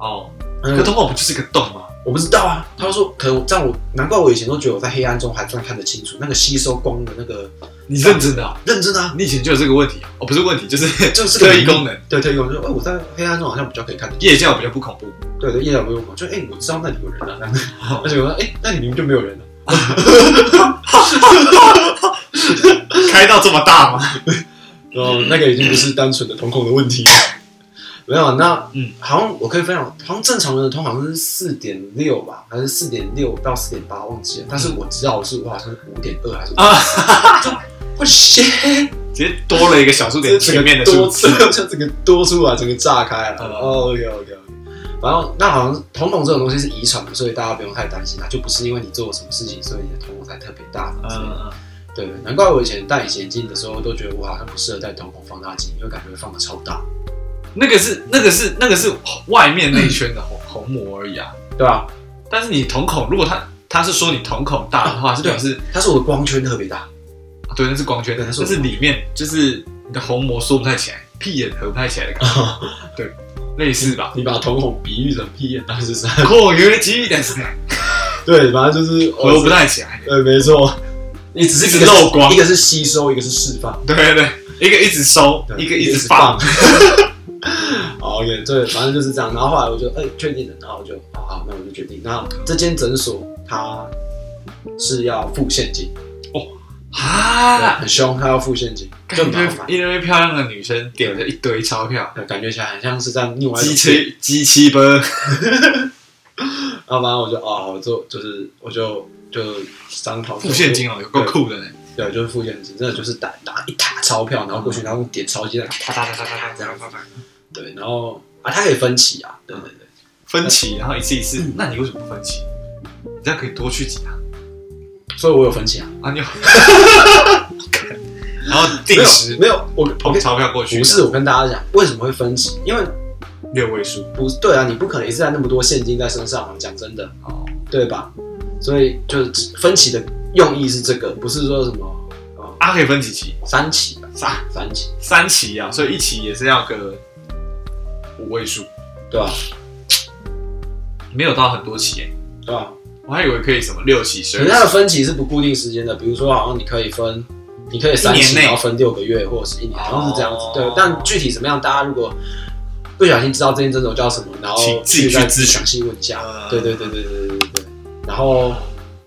Speaker 1: 哦，可
Speaker 2: 嗯，
Speaker 1: 瞳孔不就是一个洞吗？
Speaker 2: 我不知道啊，他就说可能这样我，难怪我以前都觉得我在黑暗中还算看得清楚，那个吸收光的那个
Speaker 1: 你认真的啊？
Speaker 2: 认真啊，
Speaker 1: 你以前就有这个问题啊？哦，不是问题，就是
Speaker 2: 就是
Speaker 1: 特异功能。
Speaker 2: 对特异功能，就说哎、我在黑暗中好像比较可以看得见，
Speaker 1: 夜教比较不恐怖。
Speaker 2: 对对，夜晚不用管，就哎、我知道那里 有人啊，这样子，而且我说哎、那里明明就没有人啊，
Speaker 1: 开到这么大吗？
Speaker 2: 然后哦那个已经不是单纯的瞳孔的问题了。没有，啊那
Speaker 1: 嗯
Speaker 2: 好像我可以分享，好像正常人的瞳好像是四点六吧，还是四点六到四点八，忘记了。但是我知道的是我好像是五点二还是
Speaker 1: 啊，
Speaker 2: 我 shit，
Speaker 1: 直接多了一个小数点前面的数
Speaker 2: 多
Speaker 1: 字
Speaker 2: 出，。就整个多出来，整个炸开了。
Speaker 1: 嗯
Speaker 2: 哦 OK OK，然后那好像是瞳孔这种东西是遗传的，所以大家不用太担心它，啊就不是因为你做了什么事情，所以你的瞳孔才特别大。
Speaker 1: 嗯
Speaker 2: 嗯。
Speaker 1: 嗯，
Speaker 2: 对，难怪我以前戴隐形眼镜的时候都觉得我好像不适合戴瞳孔放大镜，因为感觉放的超大。
Speaker 1: 那个是那个是那个是外面那一圈的虹虹膜而已啊。
Speaker 2: 对啊，
Speaker 1: 但是你瞳孔，如果他他是说你瞳孔大的话，是表示
Speaker 2: 它是我的光圈特别大。
Speaker 1: 啊对，那是光圈，
Speaker 2: 对
Speaker 1: 但
Speaker 2: 那是
Speaker 1: 是里面就是你的虹膜缩不太起来，屁眼合不太起来的感觉，对，
Speaker 2: 嗯
Speaker 1: 类似吧。
Speaker 2: 你把瞳孔比喻成屁眼大是啥？
Speaker 1: 括约肌但是
Speaker 2: 对，反正就是
Speaker 1: 合不。太起来，
Speaker 2: 对，没错。你只
Speaker 1: 是
Speaker 2: 一个是
Speaker 1: 漏光
Speaker 2: 一个是吸收，一个是释放，
Speaker 1: 对对对，一个一直收，
Speaker 2: 对
Speaker 1: 一个一直放，。
Speaker 2: 好，OK，对，反正就是这样。然后后来我就哎确定了，然后我就好好，那我就决定。那这间诊所它是要付现金，对
Speaker 1: 啊，
Speaker 2: 很凶，它要付现金，就很
Speaker 1: 一
Speaker 2: 麻
Speaker 1: 堆
Speaker 2: 烦。
Speaker 1: 一堆漂亮的女生点了一堆钞票，
Speaker 2: 对感觉起来很像是在另外一种
Speaker 1: 鸡翅鸡翅包，
Speaker 2: 然后反正我就哦，我就就是我就就商讨
Speaker 1: 付现金哦，有够酷的呢。
Speaker 2: 对，就是付现金，真的就是打打一沓钞票，然后过去，然后点钞机，啪啪啪啪啪这样子。对，然后啊，它可以分期啊，对对对，
Speaker 1: 分期，然后一次一次。那你为什么不分期？你这样可以多去几趟
Speaker 2: 所以我有分期啊，
Speaker 1: 啊！你有，然后定时
Speaker 2: 没有没有，我我
Speaker 1: 捧
Speaker 2: 跟
Speaker 1: 钞票过去，
Speaker 2: 不是我跟大家讲为什么会分期，因为
Speaker 1: 六位数
Speaker 2: 不对啊，你不可能一直带那么多现金在身上啊，讲真的，
Speaker 1: 哦，
Speaker 2: 对吧？所以就是分期的用意是这个，不是说什么呃
Speaker 1: 啊，可以分几期？
Speaker 2: 三期吧，
Speaker 1: 三
Speaker 2: 三期
Speaker 1: 三期啊，所以一期也是要个五位数，
Speaker 2: 对吧？
Speaker 1: 没有到很多期耶。
Speaker 2: 对吧？
Speaker 1: 我还以为可以什么六期
Speaker 2: 可
Speaker 1: 生
Speaker 2: 是，它的分期是不固定时间的，比如说好像你可以分，你可以三
Speaker 1: 一年
Speaker 2: 期，
Speaker 1: 内
Speaker 2: 然后分六个月或者是一年，好像是这样子
Speaker 1: 哦。
Speaker 2: 对，但具体怎么样，大家如果不小心知道这件真种叫什么，然后
Speaker 1: 请自己去
Speaker 2: 再
Speaker 1: 咨询
Speaker 2: 详细问一下
Speaker 1: 嗯。
Speaker 2: 对对对对对对对对。然后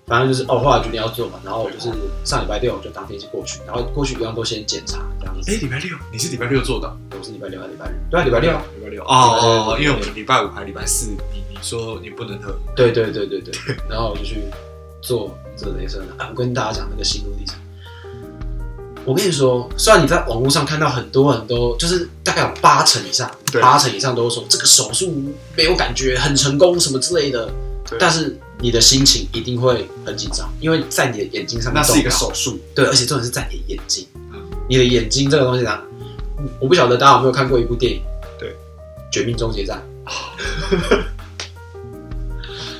Speaker 2: 反正就是哦，后来决定要做嘛，然后我就是上礼拜六就当天就过去，然后过去一样都先检查这样
Speaker 1: 哎，
Speaker 2: 子。
Speaker 1: 礼拜六，你是礼拜六做的？
Speaker 2: 我是礼拜六还是礼拜日？对啊，礼拜六啊。
Speaker 1: 礼拜六。哦哦，
Speaker 2: 礼拜六
Speaker 1: 因为我们礼拜五还礼拜四，你你说你不能喝，
Speaker 2: 对对对对对，然后我就去做这雷声了。啊我跟大家讲那个心路历程。我跟你说，虽然你在网络上看到很多很多，就是大概有八成以上
Speaker 1: 对，
Speaker 2: 八成以上都说这个手术没有感觉，很成功什么之类的
Speaker 1: 对，
Speaker 2: 但是你的心情一定会很紧张，因为在你的眼睛上面
Speaker 1: 那
Speaker 2: 动
Speaker 1: 是一个
Speaker 2: 到
Speaker 1: 手术。
Speaker 2: 对，而且重点是在你的眼睛，
Speaker 1: 嗯
Speaker 2: 你的眼睛这个东西呢，我不晓得大家有没有看过一部电影，
Speaker 1: 对
Speaker 2: 《绝命终结战》，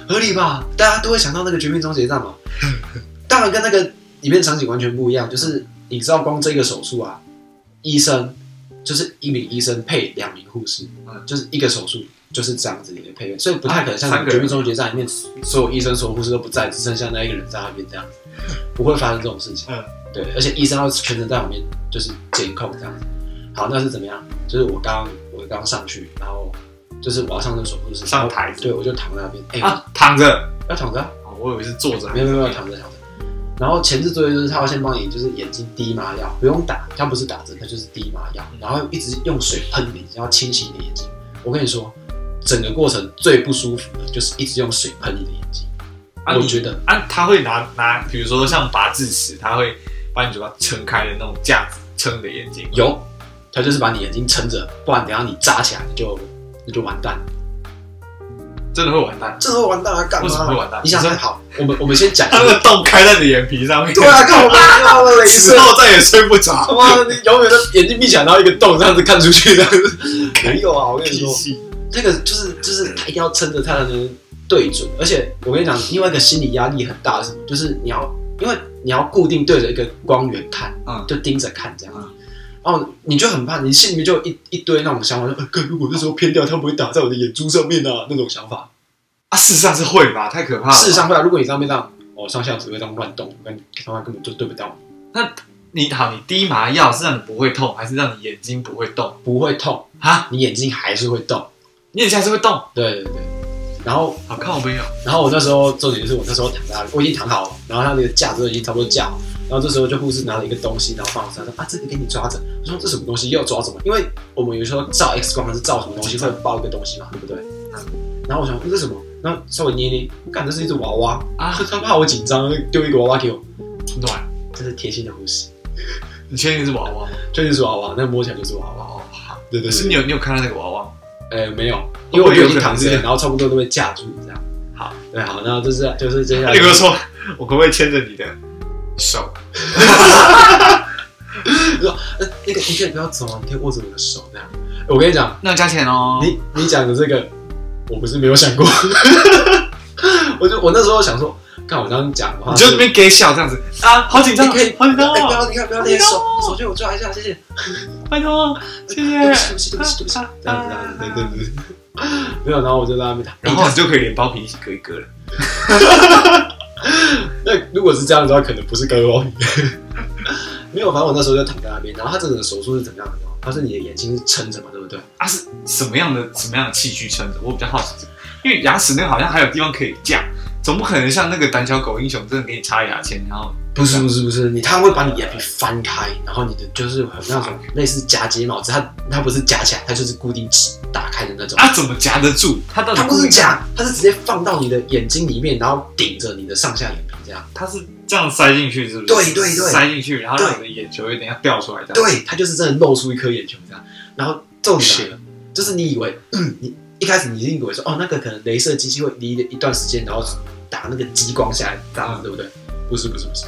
Speaker 2: 合理吧？大家都会想到那个《绝命终结战》 嘛，当然跟那个里面场景完全不一样，就是你知道光这个手术啊，医生就是一名医生配两名护士，
Speaker 1: 嗯
Speaker 2: 就是一个手术。就是这样子的一个配乐，所以不太可能像
Speaker 1: 啊三
Speaker 2: 《
Speaker 1: 个
Speaker 2: 绝
Speaker 1: 人
Speaker 2: 命终结战》里面所有医生、所有护士都不在，只剩下那一个人在那边这样子， 不会发生这种事情。
Speaker 1: 嗯，
Speaker 2: 对，而且医生要全程在旁边就是监控这样子。好，那是怎么样？就是我刚我刚上去，然后就是我要上厕所，就是
Speaker 1: 上台
Speaker 2: 对，我就躺在那边，哎、
Speaker 1: 啊，躺着。
Speaker 2: 要躺着、啊，
Speaker 1: 哦，我以为是坐着。
Speaker 2: 没有没有没有躺着躺着。然后前置作业就是他要先帮你就是眼睛滴麻药，不用打，他不是打针，他就是滴麻药，然后一直用水喷你，然后清洗你的眼睛。我跟你说，整个过程最不舒服的就是一直用水喷你的眼睛。
Speaker 1: 啊，
Speaker 2: 我
Speaker 1: 你
Speaker 2: 觉得
Speaker 1: 啊，他会拿拿，比如说像拔智齿，他会把你嘴巴撑开的那种架子撑你的眼睛。
Speaker 2: 有，他就是把你眼睛撑着，不然等下你扎起来你就你就完蛋了。
Speaker 1: 真的会完蛋。
Speaker 2: 这时候完蛋了，干嘛？
Speaker 1: 为什么会完蛋
Speaker 2: 你想想好，我们我们先讲一
Speaker 1: 他那
Speaker 2: 个，
Speaker 1: 个洞开在你的眼皮上 面，
Speaker 2: 对啊，干嘛？妈的，雷
Speaker 1: 之
Speaker 2: 射，
Speaker 1: 后再也睡不着。
Speaker 2: 他妈的，你永远都眼睛闭起来，然后一个洞这样子看出去，这样子 没有啊！我跟你
Speaker 1: 屁
Speaker 2: 说，
Speaker 1: 戏
Speaker 2: 这个就是就是他一定要撑着他才能对准，而且我跟你讲，另外一个心理压力很大的是什么？就是你要因为你要固定对着一个光源看，
Speaker 1: 嗯
Speaker 2: 就盯着看这样子。然后你就很怕，你心里面就有一一堆那种想法，说：，呃，干如果那时候偏掉，他不会打在我的眼珠上面啊，那种想法。
Speaker 1: 啊，事实上是会吧？太可怕了吧。
Speaker 2: 事实上，会啊，如果你上面这样，哦，上下只会这样乱动，跟他妈根本就对不到，
Speaker 1: 你好，你滴麻药是让你不会痛，还是让你眼睛不会动
Speaker 2: 不会痛，
Speaker 1: 啊？
Speaker 2: 你眼睛还是会动。
Speaker 1: 你眼睛还是会动，啊
Speaker 2: 对对对。然后，
Speaker 1: 好看我没有？
Speaker 2: 然后我那时候重点就是我那时候躺在那里，我已经躺好了，然后他那个架子都已经差不多架好，然后这时候就护士拿了一个东西，然后放我身上，说啊，这个给你抓着。我说这什么东西又要抓着嘛？因为我们有时候照 X 光还是照什么东西会爆一个东西嘛，对不对？然后我想这是什么？然后稍微捏捏，干，这是一只娃娃
Speaker 1: 啊
Speaker 2: 他怕我紧张，就丢一个娃娃给我，
Speaker 1: 暖，
Speaker 2: 这是贴心的护士。
Speaker 1: 你确定是娃娃吗？
Speaker 2: 就是娃娃，那摸起来就是娃娃。
Speaker 1: 哦，
Speaker 2: 对对
Speaker 1: 可是
Speaker 2: 对，
Speaker 1: 你有你有看到那个娃娃吗？
Speaker 2: 呃，没有，因
Speaker 1: 会
Speaker 2: 为我
Speaker 1: 不会有
Speaker 2: 已经
Speaker 1: 可能
Speaker 2: 躺
Speaker 1: 是
Speaker 2: 着，然后差不多都被架住这样。
Speaker 1: 好，
Speaker 2: 对，好，那就是就是接下
Speaker 1: 那
Speaker 2: 来
Speaker 1: 你跟我说，我可不可以牵着你的手？
Speaker 2: 呃那个你可以不要走啊，你可以握着我的手这样。欸我跟你讲，
Speaker 1: 那要加钱哦。
Speaker 2: 你你讲的这个，我不是没有想过， 我就我那时候想说，看我这样讲的话，
Speaker 1: 你就那边给小这样子啊，好紧张，
Speaker 2: 你可以
Speaker 1: 好紧张
Speaker 2: 哎不
Speaker 1: 哦，
Speaker 2: 要，你看不要那些手手机我抓一下，谢谢。
Speaker 1: 拜托，谢谢。啊
Speaker 2: 对不 起，对不起，对不起，对不起，这样子，这样子，对对对对。没有，然后我就在那边打。
Speaker 1: 然后你就可以连包皮一起割一割了。
Speaker 2: 那如果是这样的话，可能不是割包皮。 没有，反正我那时候就躺在那边，然后他整个手术是怎么样的？哦他是你的眼睛是撑着嘛，对不对？
Speaker 1: 啊，是什么样的什么样的器具撑着？我比较好奇这个，因为牙齿那个好像还有地方可以架，总不可能像那个胆小狗英雄真的给你插牙签，然后
Speaker 2: 不是不是不是，你他会把你眼皮翻开，然后你的就是很那种类似夹睫毛，只是它它不是夹起来，它就是固定打开的那种。
Speaker 1: 啊怎么夹得住？它到底
Speaker 2: 它不是
Speaker 1: 夹，
Speaker 2: 夹，它是直接放到你的眼睛里面，然后顶着你的上下眼皮这样。
Speaker 1: 它是这样塞进去，是不是？
Speaker 2: 对对对
Speaker 1: 塞进去，然后让
Speaker 2: 对
Speaker 1: 你的眼球有点要掉出来这样。，
Speaker 2: 对，它就是真的露出一颗眼球这样。然后重点来
Speaker 1: Shit
Speaker 2: 了，就是你以为，嗯你一开始你一定以为说，哦，那个可能镭射机器会离一段时间，然后打那个激光下来，这样、
Speaker 1: 嗯
Speaker 2: 对不对？不是不是不 是，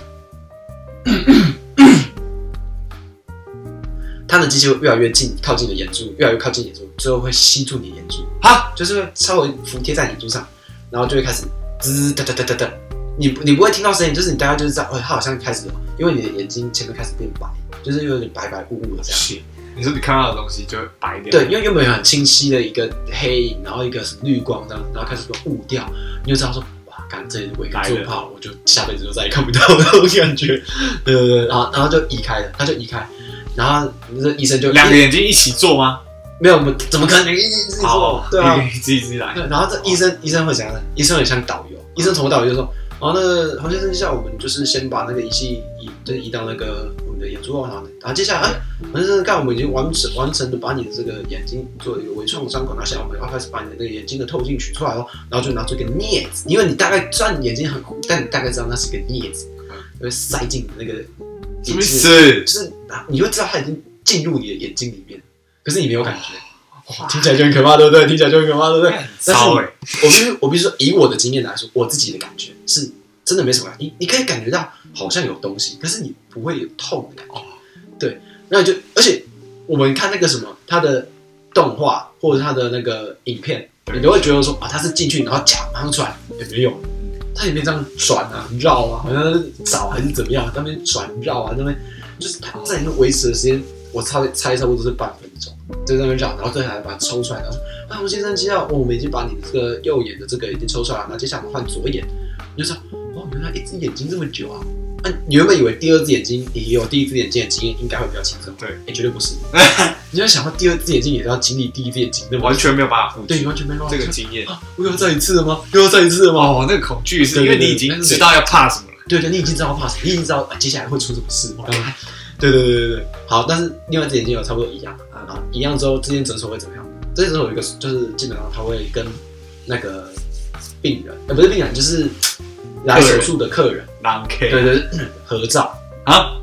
Speaker 2: 它的机器会越来越近，靠近你的眼珠，越来越靠近眼珠，最后会吸住你的眼珠，
Speaker 1: 啊，
Speaker 2: 就是会稍微服贴在眼珠上，然后就会开始滋哒哒哒哒哒。你不你不会听到声音，就是你大概就是知道，哦，它好像开始了，因为你的眼睛前面开始变白，就是有点白白雾雾的这样。
Speaker 1: 是，你说你看到的东西就会白掉。
Speaker 2: 对，因为原本有很清晰的一个黑影，然后一个什么绿光这样，然后开始都雾掉，你就知道说，哇，啊，干这我一个
Speaker 1: 来
Speaker 2: 做
Speaker 1: 了
Speaker 2: 不好，我就下辈子就再也看不到那种感 觉。对对对，然后然后就移开了，他就移开，然后那医生就
Speaker 1: 两个眼睛一起做吗？
Speaker 2: 没有，我们怎么可能两个医生
Speaker 1: 好，
Speaker 2: 对啊，
Speaker 1: 你可以自己自己来。
Speaker 2: 对，然后这医生医生会怎样呢？医生很像导游，医生从头到尾就说，然后那个黄先生叫我们就是先把那个仪器移，就是移到那个我们的眼珠哦，然后呢然后接下来，哎，黄先生看我们已经完成完成的把你的这个眼睛做一个微创的伤口，拿下来，我们要开始把你的这个眼睛的透镜取出来哦，然后就拿出一个镊子，因为你大概虽然你眼睛很糊，但你大概知道那是个镊子，就会塞进你那个眼
Speaker 1: 什
Speaker 2: 睛
Speaker 1: 么意
Speaker 2: 里，
Speaker 1: 思
Speaker 2: 就？是啊你会知道它已经进入你的眼睛里面，可是你没有感觉。听起来就很可怕，对不对？听起来就很可怕，对不对？但是
Speaker 1: 骚
Speaker 2: 我
Speaker 1: 哎，
Speaker 2: 我必须我必须说，以我的经验来说，我自己的感觉是真的没什么感觉。你你可以感觉到好像有东西，可是你不会有痛的感觉。对，那你就而且我们看那个什么，他的动画或者他的那个影片，
Speaker 1: 对
Speaker 2: 你都会觉得说啊，他是进去然后夹马上出来，也没有，他也没这样转啊绕啊，好像在找还是怎么样，那边转绕啊那边就是他在里面维持的时间，我猜猜差不多是半分钟，就在那边绕，然后最后还把它抽出来，然后说啊，洪先生知道、哦我们已经把你的这个右眼的这个已经抽出来了，那接下来我们换左眼，我就说哦，原来一只眼睛这么久啊。那、你原本以为第二只眼睛也有第一只眼睛的经验，应该会比较轻松，
Speaker 1: 对
Speaker 2: 哎、绝对不是。你要想到第二只眼睛也是要经历第一只眼睛，对吧
Speaker 1: 完？全没有办法复
Speaker 2: 对，
Speaker 1: 制
Speaker 2: 你完全没办法
Speaker 1: 这个
Speaker 2: 想
Speaker 1: 经验。
Speaker 2: 啊，我又要再一次了吗？又要再一次了吗？
Speaker 1: 哦，那个恐惧是
Speaker 2: 对
Speaker 1: 因
Speaker 2: 对
Speaker 1: 为
Speaker 2: 对
Speaker 1: 你已经知道要怕什么了。
Speaker 2: 对对，你已经知道怕什么，你已经知道、啊接下来会出什么事。
Speaker 1: 嗯
Speaker 2: 啊对对对对对，好，但是另外一只眼睛有差不多一样
Speaker 1: 嗯
Speaker 2: 啊，然后一样之后，这间诊所会怎么样？这间诊所有一个，就是基本上他会跟那个病人，呃，不是病人，就是来手术的客人，
Speaker 1: 狼 K
Speaker 2: 对对对合照，
Speaker 1: 啊，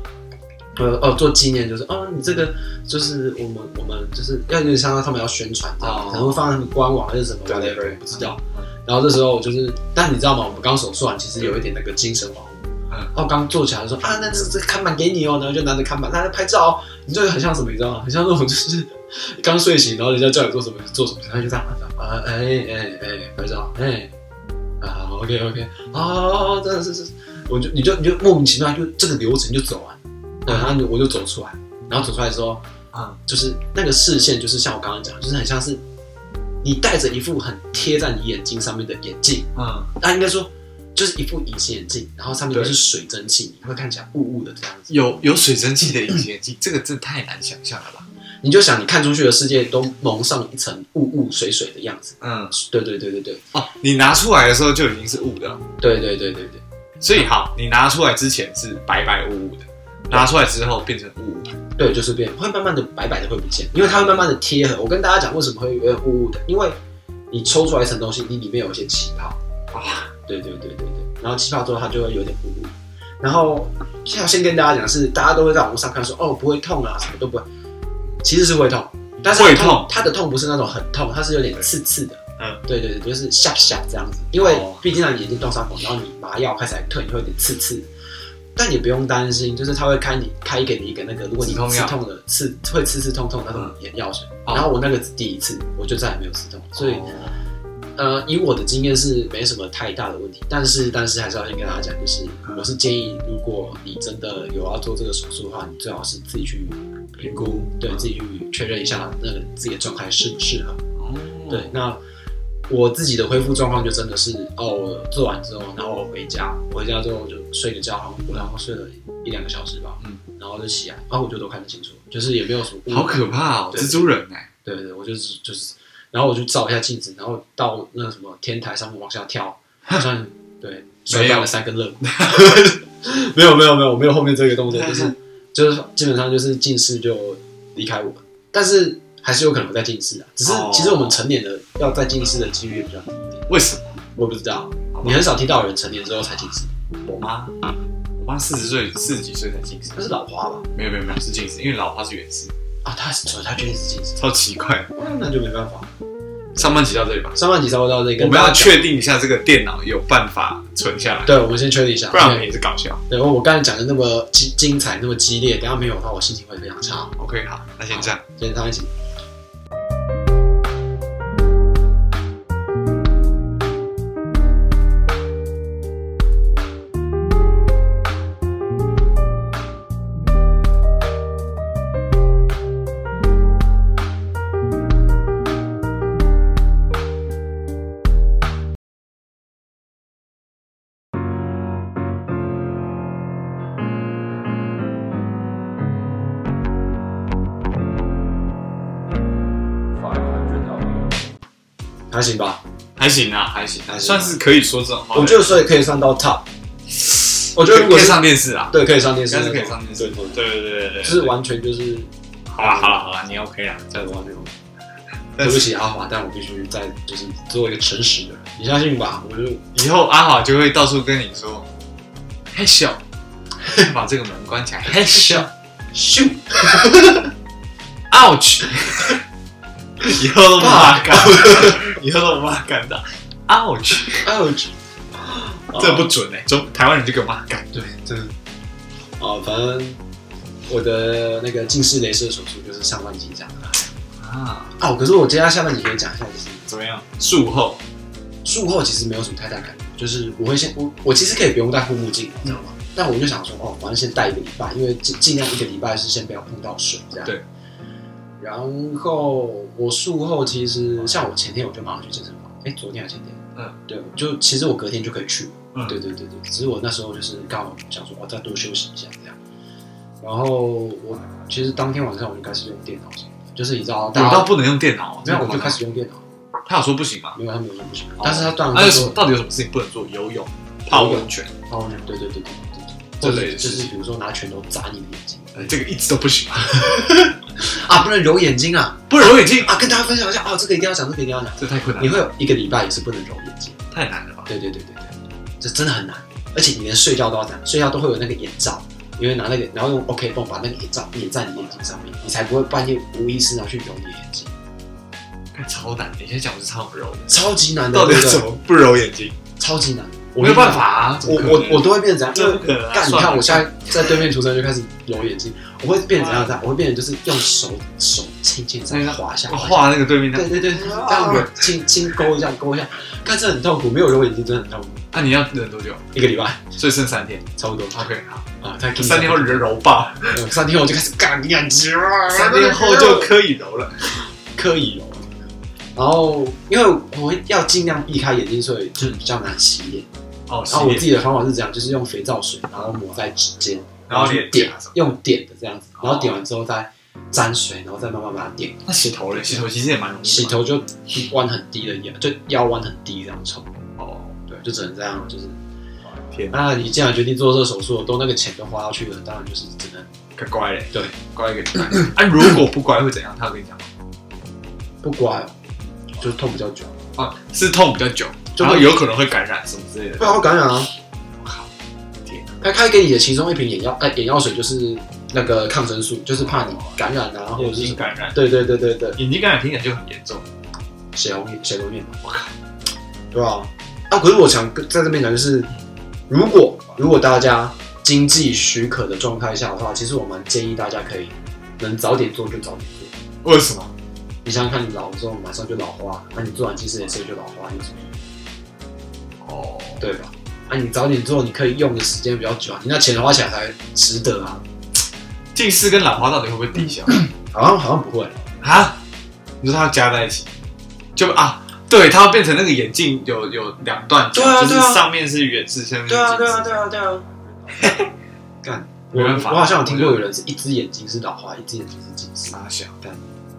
Speaker 2: 呃哦，做纪念就是哦，你这个就是我们我们就是要有点像他们要宣传这样，
Speaker 1: 哦
Speaker 2: 可能会放在他们官网还是什么
Speaker 1: 对对
Speaker 2: whatever，
Speaker 1: 对
Speaker 2: 不知道。然后这时候我就是，但你知道吗？我们刚手术完，其实有一点那个精神恍惚。
Speaker 1: 嗯
Speaker 2: 然后刚坐起来就说啊，那这这看板给你哦，然后就拿着看板，大家拍照哦。你这个很像什么，你知道吗？很像那种就是 刚睡醒，然后人家叫你做什么你就做什么，然后就这样啊，哎哎哎，拍照，哎啊，OK OK，啊，真的是是，我就你就你就莫名其妙就这个流程就走完，对，然后你我就走出来，然后走出来之后，
Speaker 1: 啊，
Speaker 2: 就是那个视线，就是像我刚刚讲，就是很像是你戴着一副很贴在你眼睛上面的眼镜，
Speaker 1: 嗯，
Speaker 2: 啊，应该说就是一副隐形眼镜，然后上面都
Speaker 1: 对
Speaker 2: 是水蒸气，你会看起来雾雾的这样子。
Speaker 1: 有有水蒸气的 隐形眼镜，这个真的太难想象了吧？
Speaker 2: 你就想你看出去的世界都蒙上一层雾雾水水的样子。
Speaker 1: 嗯，
Speaker 2: 对对对对对
Speaker 1: 哦，你拿出来的时候就已经是雾的了，
Speaker 2: 对对对对对
Speaker 1: 所以好，你拿出来之前是白白雾雾的，拿出来之后变成雾雾的。
Speaker 2: 对，就是变会慢慢的白白的会不见，因为它会慢慢的贴合。我跟大家讲为什么会有点雾雾的，因为你抽出来一层东西，你里面有一些气泡。
Speaker 1: 啊，
Speaker 2: 对对对对对，然后气泡之后它就会有点糊糊。然后现在先跟大家讲是，大家都会在网络上看说哦不会痛啊，什么都不会，其实是会痛，但是它的
Speaker 1: 会痛
Speaker 2: 它的痛不是那种很痛，它是有点刺刺的。
Speaker 1: 嗯，
Speaker 2: 对对对，就是下下这样子，因为
Speaker 1: 哦
Speaker 2: 毕竟让你眼睛动伤口，然后你麻药开始还退，你会有点刺刺的。但也不用担心，就是他会开你开给你一个那个，如果你
Speaker 1: 止痛
Speaker 2: 刺
Speaker 1: 药
Speaker 2: 痛的刺会刺刺痛痛那种眼药水。
Speaker 1: 哦
Speaker 2: 然后我那个是第一次，我就再也没有刺痛，所以呃，以我的经验是没什么太大的问题，但是但是还是要先跟大家讲，就是我是建议，如果你真的有要做这个手术的话，你最好是自己去评估，对
Speaker 1: 嗯
Speaker 2: 自己去确认一下那个自己的状态适不适合。
Speaker 1: 哦
Speaker 2: 对，，那我自己的恢复状况就真的是，哦，我做完之后，然后我回家，我回家之后就睡个觉，然后我然后睡了一两个小时吧，
Speaker 1: 嗯
Speaker 2: 然后就起来，然后我就都看得清楚，就是也没有什么
Speaker 1: 好可怕哦，
Speaker 2: 对
Speaker 1: 蜘蛛人哎、
Speaker 2: 对对，我就是就是，然后我就照一下镜子，然后到那个什么天台上面往下跳，好 像对摔断了三根肋骨。 没有没有没有没有后面这个动作，就是就是基本上就是近视就离开我们，但是还是有可能会再近视啊。只是
Speaker 1: 哦
Speaker 2: 其实我们成年的要再近视的几率也比较低一点，
Speaker 1: 为什么？
Speaker 2: 我也不知道
Speaker 1: 好，吧
Speaker 2: 你很少听到有人成年之后才近视，
Speaker 1: 我妈，我妈四十岁四十几岁才近视
Speaker 2: 那，是老花吧？
Speaker 1: 没有没有没有是近视，因为老花是远视，
Speaker 2: 啊，他所以他确定是近视，
Speaker 1: 超奇怪。
Speaker 2: 那就没办法。
Speaker 1: 上半集到这里吧，
Speaker 2: 上半集稍微到这个，
Speaker 1: 我们要确定一下这个电脑有办法存下来，
Speaker 2: 对，我们先确定一下，
Speaker 1: 不然我们也是搞笑。
Speaker 2: 对，我刚才讲的那么精精彩，那么激烈，等一下没有的话，我心情会非常差。
Speaker 1: OK，好，那先这样。
Speaker 2: 今天上一集。还行吧？
Speaker 1: 还行啊，还行，
Speaker 2: 还行啊
Speaker 1: 算是可以说这种话。
Speaker 2: 我觉得所以可以上到 top。我
Speaker 1: 我
Speaker 2: 觉得如果
Speaker 1: 可以
Speaker 2: 是
Speaker 1: 上电视啊，
Speaker 2: 对可以上电视
Speaker 1: 应
Speaker 2: 那
Speaker 1: 该
Speaker 2: 种，
Speaker 1: 是可以上电视。
Speaker 2: 对，
Speaker 1: 对对对对对，
Speaker 2: 就是完全就是
Speaker 1: 好了好了好了，你 OK 啦，这
Speaker 2: 对
Speaker 1: 样子。
Speaker 2: 完全。对
Speaker 1: 但
Speaker 2: 不
Speaker 1: 是
Speaker 2: 起阿华，但我必须再就是做一个诚实的人，你相信吧？我就
Speaker 1: 以后阿华就会到处跟你说，嘿咻， 把这个门关起来，嘿咻
Speaker 2: 咻，
Speaker 1: ，ouch，以后都不骂干， 以后都不骂干的，ouch，
Speaker 2: 哎我去， 哦
Speaker 1: 这
Speaker 2: 啊
Speaker 1: 不准哎，中台湾人就给我骂干，
Speaker 2: 对，真的。啊，反正我的那个近视雷射手术就是上半集讲的啦
Speaker 1: 啊，
Speaker 2: 哦，可是我接下来下半集可以讲一下，就是
Speaker 1: 怎么样？术后
Speaker 2: 术后其实没有什么太大感觉，就是我会先我我其实可以不用戴护目镜，你知道吗？
Speaker 1: 嗯
Speaker 2: 但我就想说，哦，反正先戴一个礼拜，因为尽尽量一个礼拜是先不要碰到水这样。
Speaker 1: 对。
Speaker 2: 然后我术后其实像我前天我就马上去健身房，哎，昨天还是前天？
Speaker 1: 嗯，
Speaker 2: 对，我就其实我隔天就可以去了。
Speaker 1: 嗯
Speaker 2: 对对对对，只是我那时候就是刚好想说，哦，再多休息一下这样。然后我其实当天晚上我就开始用电脑什么的，就是你知道，大
Speaker 1: 有
Speaker 2: 家
Speaker 1: 到不能用电脑，
Speaker 2: 没有
Speaker 1: 这
Speaker 2: 我
Speaker 1: 哦么
Speaker 2: 就开
Speaker 1: 夸张
Speaker 2: 始用电脑，
Speaker 1: 他有说不行吗？
Speaker 2: 没有他没有说不行，但是他断
Speaker 1: 那
Speaker 2: 了
Speaker 1: 有什么？到底有什么事情不能做？游泳、泡温泉，
Speaker 2: 哦，对对对对对
Speaker 1: 这
Speaker 2: 对，或
Speaker 1: 类
Speaker 2: 者
Speaker 1: 的
Speaker 2: 就
Speaker 1: 事
Speaker 2: 是
Speaker 1: 情
Speaker 2: 比如说拿拳头砸你的眼睛
Speaker 1: 呃这个一直都不行，
Speaker 2: 啊，不能揉眼睛啊
Speaker 1: 不能揉眼睛，
Speaker 2: 啊！跟大家分享一下哦，这个一定要讲，这个一定要讲。
Speaker 1: 这太困难
Speaker 2: 你
Speaker 1: 了，
Speaker 2: 会有一个礼拜也是不能揉眼睛，
Speaker 1: 太难了吧？
Speaker 2: 对对对对对，这真的很难，而且你连睡觉都要这样，睡觉都会有那个眼罩，你会拿那个，然后用 OK 绷把那个眼罩粘在你眼睛上面，你才不会半夜无意识拿去揉你的眼睛，
Speaker 1: 看超难，你先讲我是超柔的，
Speaker 2: 超级难的，
Speaker 1: 到底
Speaker 2: 对不对
Speaker 1: 怎么不揉眼睛？
Speaker 2: 超级难？
Speaker 1: 我没有办法，啊，怎
Speaker 2: 我
Speaker 1: 么可
Speaker 2: 我
Speaker 1: 能
Speaker 2: 我都会变成怎样？因
Speaker 1: 这
Speaker 2: 为
Speaker 1: 不可能啊，
Speaker 2: 干，你
Speaker 1: 算了
Speaker 2: 看我现在在对面涂生就开始揉眼睛，我会变成怎样？啊这样，我会变成就是用手手轻轻这样划一下，
Speaker 1: 我画那个对面啊
Speaker 2: 一下
Speaker 1: 的
Speaker 2: 对，对对，这样子轻轻勾一下，勾一下，看这很痛苦，没有揉眼睛真的很痛苦，
Speaker 1: 那你要忍多久？
Speaker 2: 一个礼拜
Speaker 1: 所以剩三天
Speaker 2: 差不多
Speaker 1: ，OK，好，
Speaker 2: 啊，太
Speaker 1: 三天后
Speaker 2: 了
Speaker 1: 人揉爆，
Speaker 2: 嗯三天后我就开始干眼睛，
Speaker 1: 三天后就可以揉了。
Speaker 2: 可以揉。然后，因为我要尽量避开眼睛，所以就比较难洗脸。
Speaker 1: 哦，
Speaker 2: 然后我自
Speaker 1: 己
Speaker 2: 己的方法是这样，就是用肥皂水，然后抹在指尖，
Speaker 1: 然后
Speaker 2: 去
Speaker 1: 脸
Speaker 2: 点
Speaker 1: 啊什么，
Speaker 2: 用点的这样子，
Speaker 1: 哦
Speaker 2: 然后点完之后再沾水，然后再慢慢把它点。
Speaker 1: 那洗头嘞，洗头其实也蛮容易的嘛，
Speaker 2: 洗头就弯很低的腰，就腰弯很低这样冲，
Speaker 1: 哦，
Speaker 2: 对，就只能这样，就是。啊
Speaker 1: 天哪，
Speaker 2: 那你既然决定做这个手术，都那个钱都花下去了，当然就是只能
Speaker 1: 可乖嘞，
Speaker 2: 对，
Speaker 1: 乖一个礼拜。 啊，如果不乖会怎样？他有跟你讲吗？
Speaker 2: 不乖，哦就是痛比较久，
Speaker 1: 啊，是痛比较久，
Speaker 2: 就
Speaker 1: 然
Speaker 2: 会
Speaker 1: 后有可能会感染什么之类的
Speaker 2: 不。然会感染啊。
Speaker 1: 我靠，天哪，
Speaker 2: 他开给你的其中一瓶眼药，哎、眼药水就是那个抗生素，就是怕你感染啊，或
Speaker 1: 眼
Speaker 2: 者是
Speaker 1: 睛
Speaker 2: 什么
Speaker 1: 感染，
Speaker 2: 对对对对对，
Speaker 1: 眼睛感染听起来就很严重。
Speaker 2: 血红血流面嘛，
Speaker 1: 我靠，
Speaker 2: 对啊，啊，可是我想跟在这边讲，就是如果如果大家经济许可的状态下的话，其实我蛮建议大家可以能早点做就早点做。
Speaker 1: 为什么？
Speaker 2: 你想想看，你老了之后马上就老花，啊那、你做完近视雷射就老花，你怎么
Speaker 1: 哦，
Speaker 2: 对吧？啊，你早点做，你可以用的时间比较久啊，你那钱花起来才值得啊。
Speaker 1: 近视跟老花到底会不会抵消？
Speaker 2: 好像好像不会，
Speaker 1: 啊？你说它要加在一起，就啊，对，它要变成那个眼镜有有两段角，
Speaker 2: 对啊
Speaker 1: 就是
Speaker 2: 对啊
Speaker 1: 上面是远视，下面是近视。
Speaker 2: 对啊，对啊。干，我
Speaker 1: 没办法
Speaker 2: 我好像有听过有人是一只眼睛是老花，一只眼睛是近视。
Speaker 1: 傻小蛋，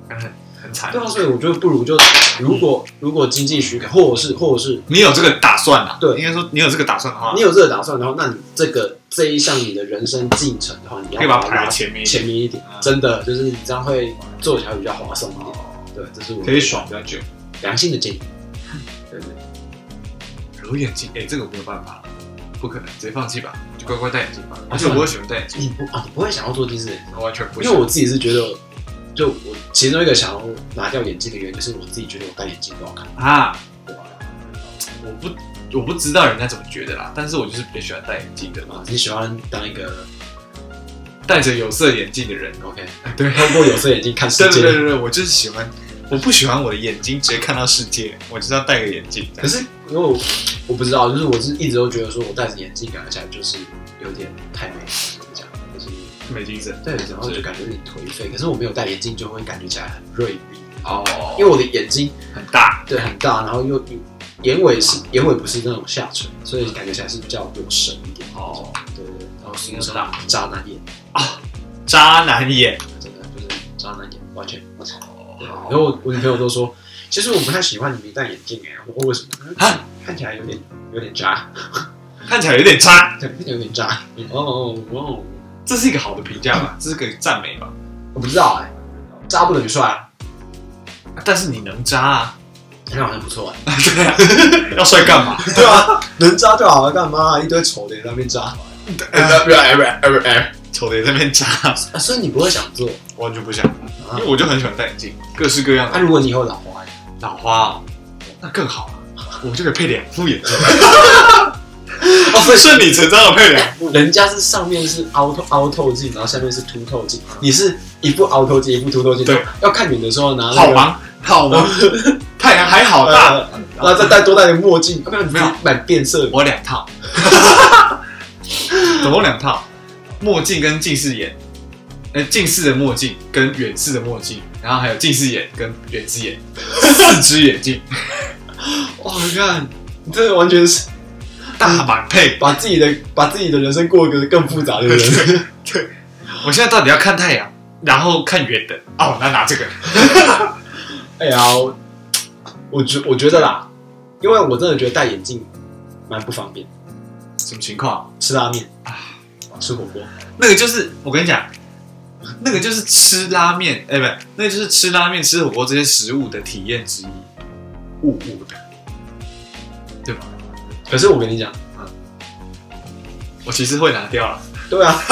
Speaker 1: 但很很惨
Speaker 2: 对。啊，所以我觉得不如就如果如果经济许可，或者是或者是
Speaker 1: 你有这个打算啊？
Speaker 2: 对
Speaker 1: 应该说你有这个打算的话
Speaker 2: 你，有这个打算的话，那你这个这一项你的人生进程的话，你
Speaker 1: 可以
Speaker 2: 要
Speaker 1: 把
Speaker 2: 它
Speaker 1: 它
Speaker 2: 拉
Speaker 1: 排在前面一
Speaker 2: 前
Speaker 1: 点，
Speaker 2: 面一点
Speaker 1: 嗯，
Speaker 2: 真的就是你这样会做起来比较划算一点。对，这是我
Speaker 1: 可以爽比较久。
Speaker 2: 良心的 建议。对对，
Speaker 1: 揉眼睛，哎、这个我没有办法，不可能，直接放弃吧，就乖乖戴眼镜
Speaker 2: 啊
Speaker 1: 吧。而且我不会喜欢戴眼镜，
Speaker 2: 你不啊，你不会想要做近视雷射
Speaker 1: 我完全不
Speaker 2: 因
Speaker 1: 喜
Speaker 2: 为
Speaker 1: 欢。
Speaker 2: 我自己是觉得，就我其中一个想要拿掉眼镜的原因，就是我自己觉得我戴眼镜不好看。
Speaker 1: 啊，
Speaker 2: 对吧
Speaker 1: 我不我不知道人家怎么觉得啦，但是我就是比较喜欢戴眼镜的嘛，
Speaker 2: 啊，你喜欢当一个
Speaker 1: 戴着有色眼镜的人。
Speaker 2: OK，
Speaker 1: 对，
Speaker 2: 通过有色眼镜看世
Speaker 1: 对对对
Speaker 2: 界。
Speaker 1: 对对，我就是喜欢，我不喜欢我的眼睛直接看到世界，我就是要戴个眼镜。
Speaker 2: 可是因为我我不知道，就是我是一直都觉得说我戴着眼镜感觉起来就是有点太美，怎么讲？就是
Speaker 1: 没精神，
Speaker 2: 对，然后就感觉有点颓废。可是我没有戴眼镜就会感觉起来很锐利，
Speaker 1: 哦，
Speaker 2: 因为我的眼睛
Speaker 1: 很大，
Speaker 2: 对很大，然后又又眼尾是眼尾不是那种下垂，所以感觉起来是比较有神一点。
Speaker 1: 哦，
Speaker 2: 对对对，然后俗
Speaker 1: 又
Speaker 2: 称
Speaker 1: 大
Speaker 2: 渣男眼。
Speaker 1: 渣男眼，
Speaker 2: 真的就是渣男眼，完全。然后我我女朋友都说，其实我不太喜欢你们戴眼镜哎、我我为什么？
Speaker 1: 啊
Speaker 2: 看起来有点有点渣，
Speaker 1: 看起来有点差，
Speaker 2: 对，看起来有点渣。嗯
Speaker 3: 哦哦，
Speaker 1: 这是一个好的评价吧？这是个赞美吧？
Speaker 2: 我不知道哎、渣不能帅啊，
Speaker 1: 但是你能渣啊？
Speaker 2: 那好像不错哎、
Speaker 1: 对啊， 要帅干嘛？
Speaker 2: 对啊，能渣就好了，干嘛、一堆丑的在那边渣、
Speaker 3: 哎不要哎不要哎不要哎，
Speaker 1: 丑的也在那边渣，
Speaker 2: 啊？所以你不会想做？
Speaker 1: 我完全不想，因为我就很喜欢戴眼镜，各式各样
Speaker 2: 那、
Speaker 1: 的
Speaker 2: 啊如果你以后老花、欸，
Speaker 1: 老花哦，那更好啊，我就可以配两副眼 镜，
Speaker 2: 所以
Speaker 1: 顺理成章的配两副。
Speaker 2: 人家是上面是凹透凹透镜，然后下面是凸透镜，你是一副凹透镜，一副凸透镜。
Speaker 1: 对，
Speaker 2: 要看远的时候拿那个
Speaker 1: 好，忙，好忙， 太阳还好大。
Speaker 2: 呃然后再戴多戴点墨镜，要不然你
Speaker 1: 没有
Speaker 2: 买变色
Speaker 1: 我两套，总共两套，墨镜跟近视眼，呃，近视的墨镜跟远视的墨镜，然后还有近视眼跟远视眼，四只眼镜，
Speaker 2: 哇，你看，你这完全是
Speaker 1: 大 满配。
Speaker 2: 把自己的把自己的人生过得更复杂的人。
Speaker 1: 我现在到底要看太阳，然后看远的，哦，那拿这个，
Speaker 2: 哎呀，我我觉我觉得啦，因为我真的觉得戴眼镜蛮不方便，
Speaker 1: 什么情况？
Speaker 2: 吃拉面吃火锅，
Speaker 1: 那个就是我跟你讲，那个就是吃拉面，哎、不对，那个就是吃拉面、吃火锅这些食物的体验之一，
Speaker 2: 雾雾的。
Speaker 1: 对吧？
Speaker 2: 可是我跟你讲，
Speaker 1: 我其实会拿掉了。
Speaker 2: 对啊，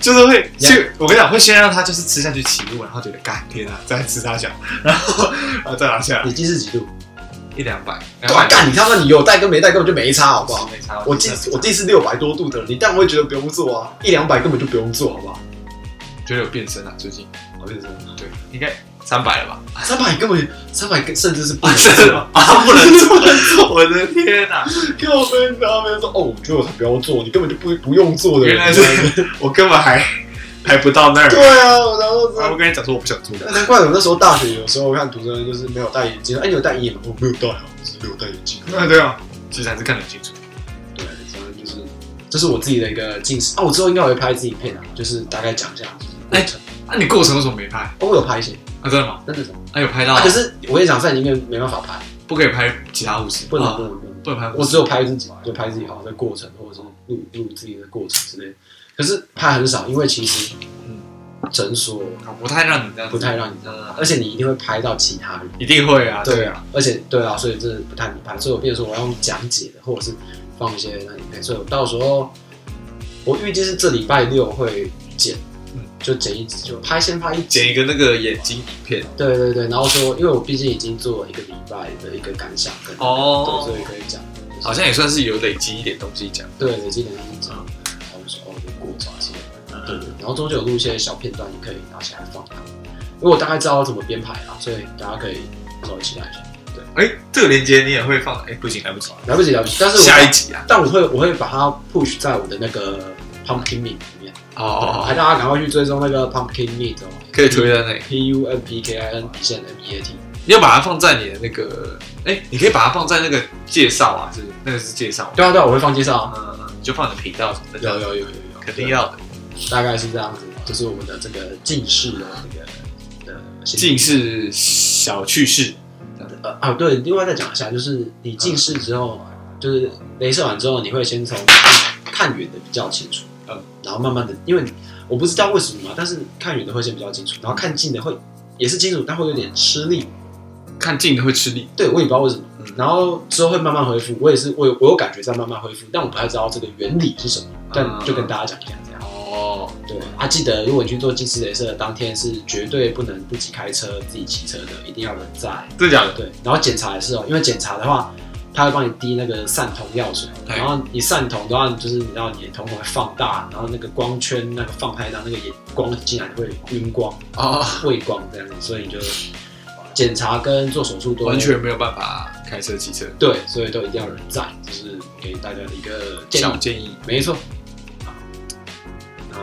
Speaker 1: 就是会
Speaker 2: 呀
Speaker 1: 就我跟你讲，会先让他就是吃下去起雾，然后觉得干天啊，再吃它下，然后然后再拿下来
Speaker 2: 你近视几度？
Speaker 1: 一两百，两
Speaker 2: 对啊
Speaker 1: 百
Speaker 2: 干你他妈你有戴跟没戴根本就没差，好不 好？
Speaker 1: 没差。
Speaker 2: 我近我近视六百多度的，你当然会觉得不用做啊，一两百根本就不用做，好不好？
Speaker 1: 觉得有变身啊，最近
Speaker 2: 我就真的，
Speaker 1: 对，应该三百了吧？
Speaker 2: 三百根本三百根甚至是不能
Speaker 1: 真的
Speaker 2: 做
Speaker 1: 吗。 啊，不能做，我的天哪！
Speaker 2: 靠背，然后别人说哦，我觉得我才不要做，你根本就不不用做的人。
Speaker 1: 原来是我根本还还不到那 儿，
Speaker 2: 对啊，我然后
Speaker 1: 啊
Speaker 2: 说
Speaker 1: 我，跟你讲说我不想做的，
Speaker 2: 难怪我那时候大学有时候看读生就是没有戴眼镜，哎，你有戴眼镜吗？我没有戴啊，我只是没有戴眼镜。
Speaker 1: 啊对啊，其实还是看得很清楚。
Speaker 2: 对，然后就是这是我自己的一个近视啊，我之后应该会拍自己片啊，就是大概讲一下。
Speaker 1: 哎那你过程为什么没拍？啊，
Speaker 2: 哦，我有拍一些，
Speaker 1: 真的吗？
Speaker 2: 真的真的
Speaker 1: 啊，有拍到
Speaker 2: 啊，可，是我跟你讲，现在已经没办法拍，
Speaker 1: 不可以拍其他护士，
Speaker 2: 不能
Speaker 1: 啊
Speaker 2: 不能不能。
Speaker 1: 不能拍护
Speaker 2: 我
Speaker 1: 士，
Speaker 2: 只有拍自己，就拍自己好像的过程，或者是录录自己的过程之类的。可是拍很少，因为其实
Speaker 1: 嗯
Speaker 2: 诊所
Speaker 1: 我不太让你这样子，
Speaker 2: 不太让你这样，
Speaker 1: 嗯
Speaker 2: 而且你一定会拍到其他人。
Speaker 1: 一定会啊，
Speaker 2: 对啊，而且对啊，所以这不太能拍，所以我变成说我要用讲解的，或者是放一些那影片。所以我到时候我预计是这礼拜六会剪
Speaker 1: 嗯，
Speaker 2: 就剪一集，就拍先拍一集。
Speaker 1: 剪一个那个眼睛影片
Speaker 2: 对对对，然后说，因为我毕竟已经做了一个礼拜的一个感想跟对，所以可以讲。就是
Speaker 1: 哦好像嗯也算是有累积一点东西讲。
Speaker 2: 对，累积能力这样，然后说哦，有过程之类的，对对。然后中间有录一些小片段，也可以拿起来放它，因为我大概知道怎么编排啦，所以大家可以稍微期待一下。
Speaker 1: 哎、这个链接你也会放？哎、不行，来不及，
Speaker 2: 来不及，来不及，但是我
Speaker 1: 下一，集啊！
Speaker 2: 但我会我会把它 push 在我的那个 pumpkin meat 里面，
Speaker 1: 哦
Speaker 2: 还，大家赶快去追踪那个 pumpkin meat 哦，
Speaker 1: 可以推啊在那里。
Speaker 2: P U N P K I N 底线 M E A T，
Speaker 1: 你要把它放在你的那个，哎、你可以把它放在那个介绍啊，是那个是介绍吗，
Speaker 2: 对啊对啊，我会放介绍啊，
Speaker 1: 嗯，嗯你就放你的频道什么的，
Speaker 2: 有有有有有，
Speaker 1: 肯定啊要的。
Speaker 2: 大概是这样子，就是我们的这个近视的那个的心
Speaker 1: 近视小趣事，
Speaker 2: 呃啊，对，另外再讲一下，就是你近视之后，啊就是镭射完之后，你会先从看远的比较清楚，
Speaker 1: 嗯，
Speaker 2: 然后慢慢的，因为我不知道为什么嘛，啊但是看远的会先比较清楚，然后看近的会也是清楚，但会有点吃力，
Speaker 1: 看近的会吃力，
Speaker 2: 对我也不知道为什么
Speaker 1: 嗯，
Speaker 2: 然后之后会慢慢恢复，我也是我有我有感觉在慢慢恢复，但我不太知道这个原理是什么，但就
Speaker 1: 啊
Speaker 2: 跟大家讲一下这样。
Speaker 1: 哦，
Speaker 2: 对啊，记得如果你去做近视镭射的当天是绝对不能自己开车、自己骑车的，一定要有人在。
Speaker 1: 真的假的？
Speaker 2: 对，然后检查也是哦，因为检查的话，他会帮你滴那个散瞳药水，
Speaker 1: 对
Speaker 2: 然后你散瞳的话，就是你知道你的瞳孔会放大，然后那个光圈那个放太大，那个眼光进来会晕光、
Speaker 1: 哦，
Speaker 2: 畏光这样子，所以你就检查跟做手术都
Speaker 1: 完全没有办法开车骑车，
Speaker 2: 对，所以都一定要有人在，就是给大家的一个建
Speaker 1: 小
Speaker 2: 议。
Speaker 1: 建议。
Speaker 2: 没错。好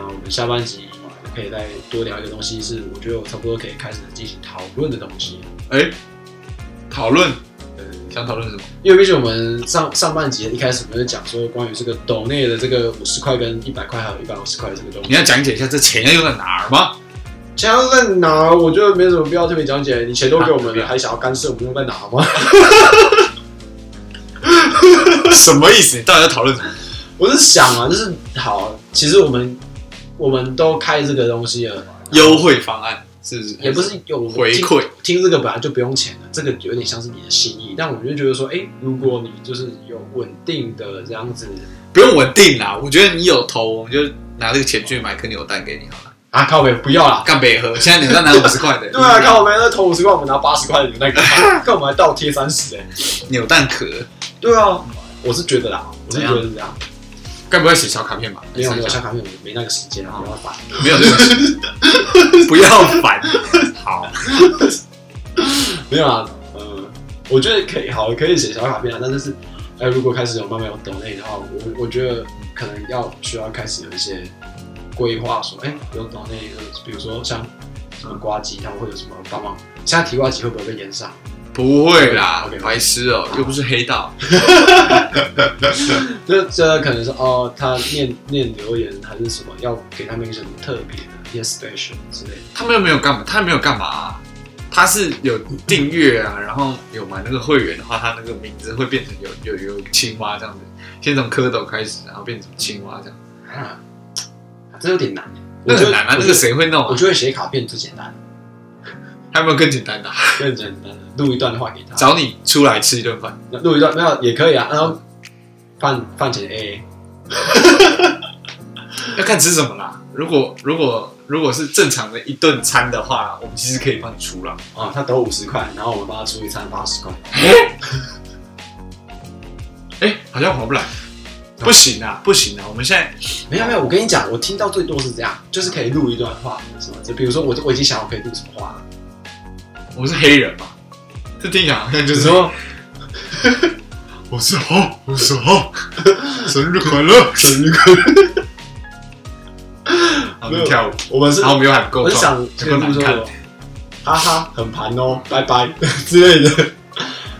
Speaker 2: 那我们下半集可以再多聊一个东西，是我觉得我差不多可以开始进行讨论的东西。
Speaker 1: 哎、讨论
Speaker 2: 呃，
Speaker 1: 想讨论什么？
Speaker 2: 因为毕竟我们上上半集一开始我们就讲说关于这个抖内的这个五十块跟一百块还有一百五十块这个东
Speaker 1: 你
Speaker 2: 西，
Speaker 1: 要讲解一下这钱要用在哪儿吗？
Speaker 2: 钱要在哪？我觉得没什么必要特别讲解。你钱都给我们了，还想要干涉我们用在哪吗？
Speaker 1: 什么意思？你到底在讨论什么？
Speaker 2: 我是想啊，就是好，其实我们我们都开这个东西了，
Speaker 1: 优惠方案是不是？
Speaker 2: 也不是有
Speaker 1: 回馈，
Speaker 2: 听这个本来就不用钱的，这个有点像是你的心意。但我就觉得说，哎、如果你就是有稳定的这样子
Speaker 1: 不用稳定啦。我觉得你有投，我们就拿这个钱去买颗扭蛋给你好了。
Speaker 2: 啊，靠北不要啦。
Speaker 1: 干北喝，现在扭蛋拿五十 块的，
Speaker 2: 对啊，看我们那投五十块，我们拿八十块的牛蛋给他，看我们还倒贴三十哎。
Speaker 1: 扭蛋壳，
Speaker 2: 对啊，我是觉得啦，我是觉得是这样，
Speaker 1: 该不会写小卡片吧？
Speaker 2: 没有没有像卡片没那个时间啊，不要烦。
Speaker 1: 没有这个事， 不要烦。好，
Speaker 2: 没有啊，呃，我觉得可以，好，可以写小卡片啊，但是是，哎、如果开始有慢慢有抖内的话，我我觉得可能要需要开始有一些规划，说，哎、有抖内，呃比如说像什么瓜机，他们会有什么帮忙？现在提瓜机会不会被延上？
Speaker 1: 不会啦
Speaker 2: OK，OK，
Speaker 1: 白痴哦，又不是黑道。
Speaker 2: 这这可能是哦，他念念留言还是什么，要给他们一些什么特别的，一些 special 之类的。
Speaker 1: 他们又没有干嘛，他没有干嘛啊、他是有订阅啊，然后有买那个会员的话，他那个名字会变成有有有青蛙这样子，先从蝌蚪开始，然后变成青蛙这样，
Speaker 2: 啊，这有点难。
Speaker 1: 那很难
Speaker 2: 我
Speaker 1: 啊，那
Speaker 2: 觉得
Speaker 1: 个？谁会弄
Speaker 2: 哦我
Speaker 1: 啊？
Speaker 2: 觉得写卡片最简单，
Speaker 1: 还有没有更简单的啊、
Speaker 2: 更简单的，录一段话给他。
Speaker 1: 找你出来吃一顿饭，
Speaker 2: 录一段没有也可以啊，然后饭饭前 A
Speaker 1: 要看吃什么啦。如果如果如果是正常的一顿餐的话，我们其实可以帮你出啦。
Speaker 2: 啊，他抖五十块，然后我们帮他出一餐八十块，
Speaker 1: 哎、好像划不来，不行啊，不行啊，我们现在
Speaker 2: 没有没有，我跟你讲，我听到最多是这样，就是可以录一段话什么，就比如说我我已经想好可以录什么话了，
Speaker 1: 我是黑人嘛，这听起来好像
Speaker 2: 比
Speaker 1: 就
Speaker 2: 如
Speaker 1: 是
Speaker 2: 说
Speaker 1: 我是好，我是 好，生日快乐，生日快乐。好，我们跳舞，
Speaker 2: 我们是
Speaker 1: 然后我们又喊够
Speaker 2: 我是
Speaker 1: 壮，
Speaker 2: 想可
Speaker 1: 够
Speaker 2: 以
Speaker 1: 难
Speaker 2: 录
Speaker 1: 看
Speaker 2: 说，哈哈很盘哦，拜拜 之类的，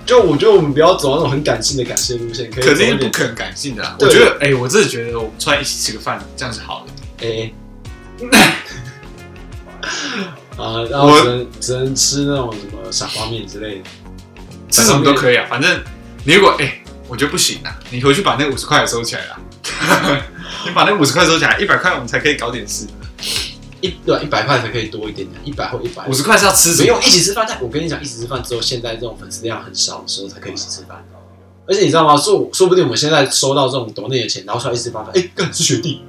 Speaker 2: 就我觉得我们不要走那种很感性的感谢路线，可以
Speaker 1: 可
Speaker 2: 走
Speaker 1: 是
Speaker 2: 一
Speaker 1: 又不
Speaker 2: 点
Speaker 1: 肯感性的啦。
Speaker 2: 对
Speaker 1: 我觉得，哎，我真的觉得我们出来一起吃个饭，这样是好的。
Speaker 2: A。啊，然后
Speaker 1: 我
Speaker 2: 只能只能吃那种什么傻瓜面之类的。
Speaker 1: 吃什么都可以啊，反正你如果哎，我觉得不行啊，你回去把那五十块收起来啦。 你把那五十块收起来，一百块我们才可以搞点事。
Speaker 2: 一对一百块才可以多一点点，一百或一百
Speaker 1: 五十块是要吃什
Speaker 2: 没
Speaker 1: 么？
Speaker 2: 有一起吃饭。但我跟你讲，一起吃饭只有现在这种粉丝量很少的时候才可以一起吃饭。而且你知道吗？说说不定我们现在收到这种抖内的钱，然后出来一起吃饭，哎、干是学弟，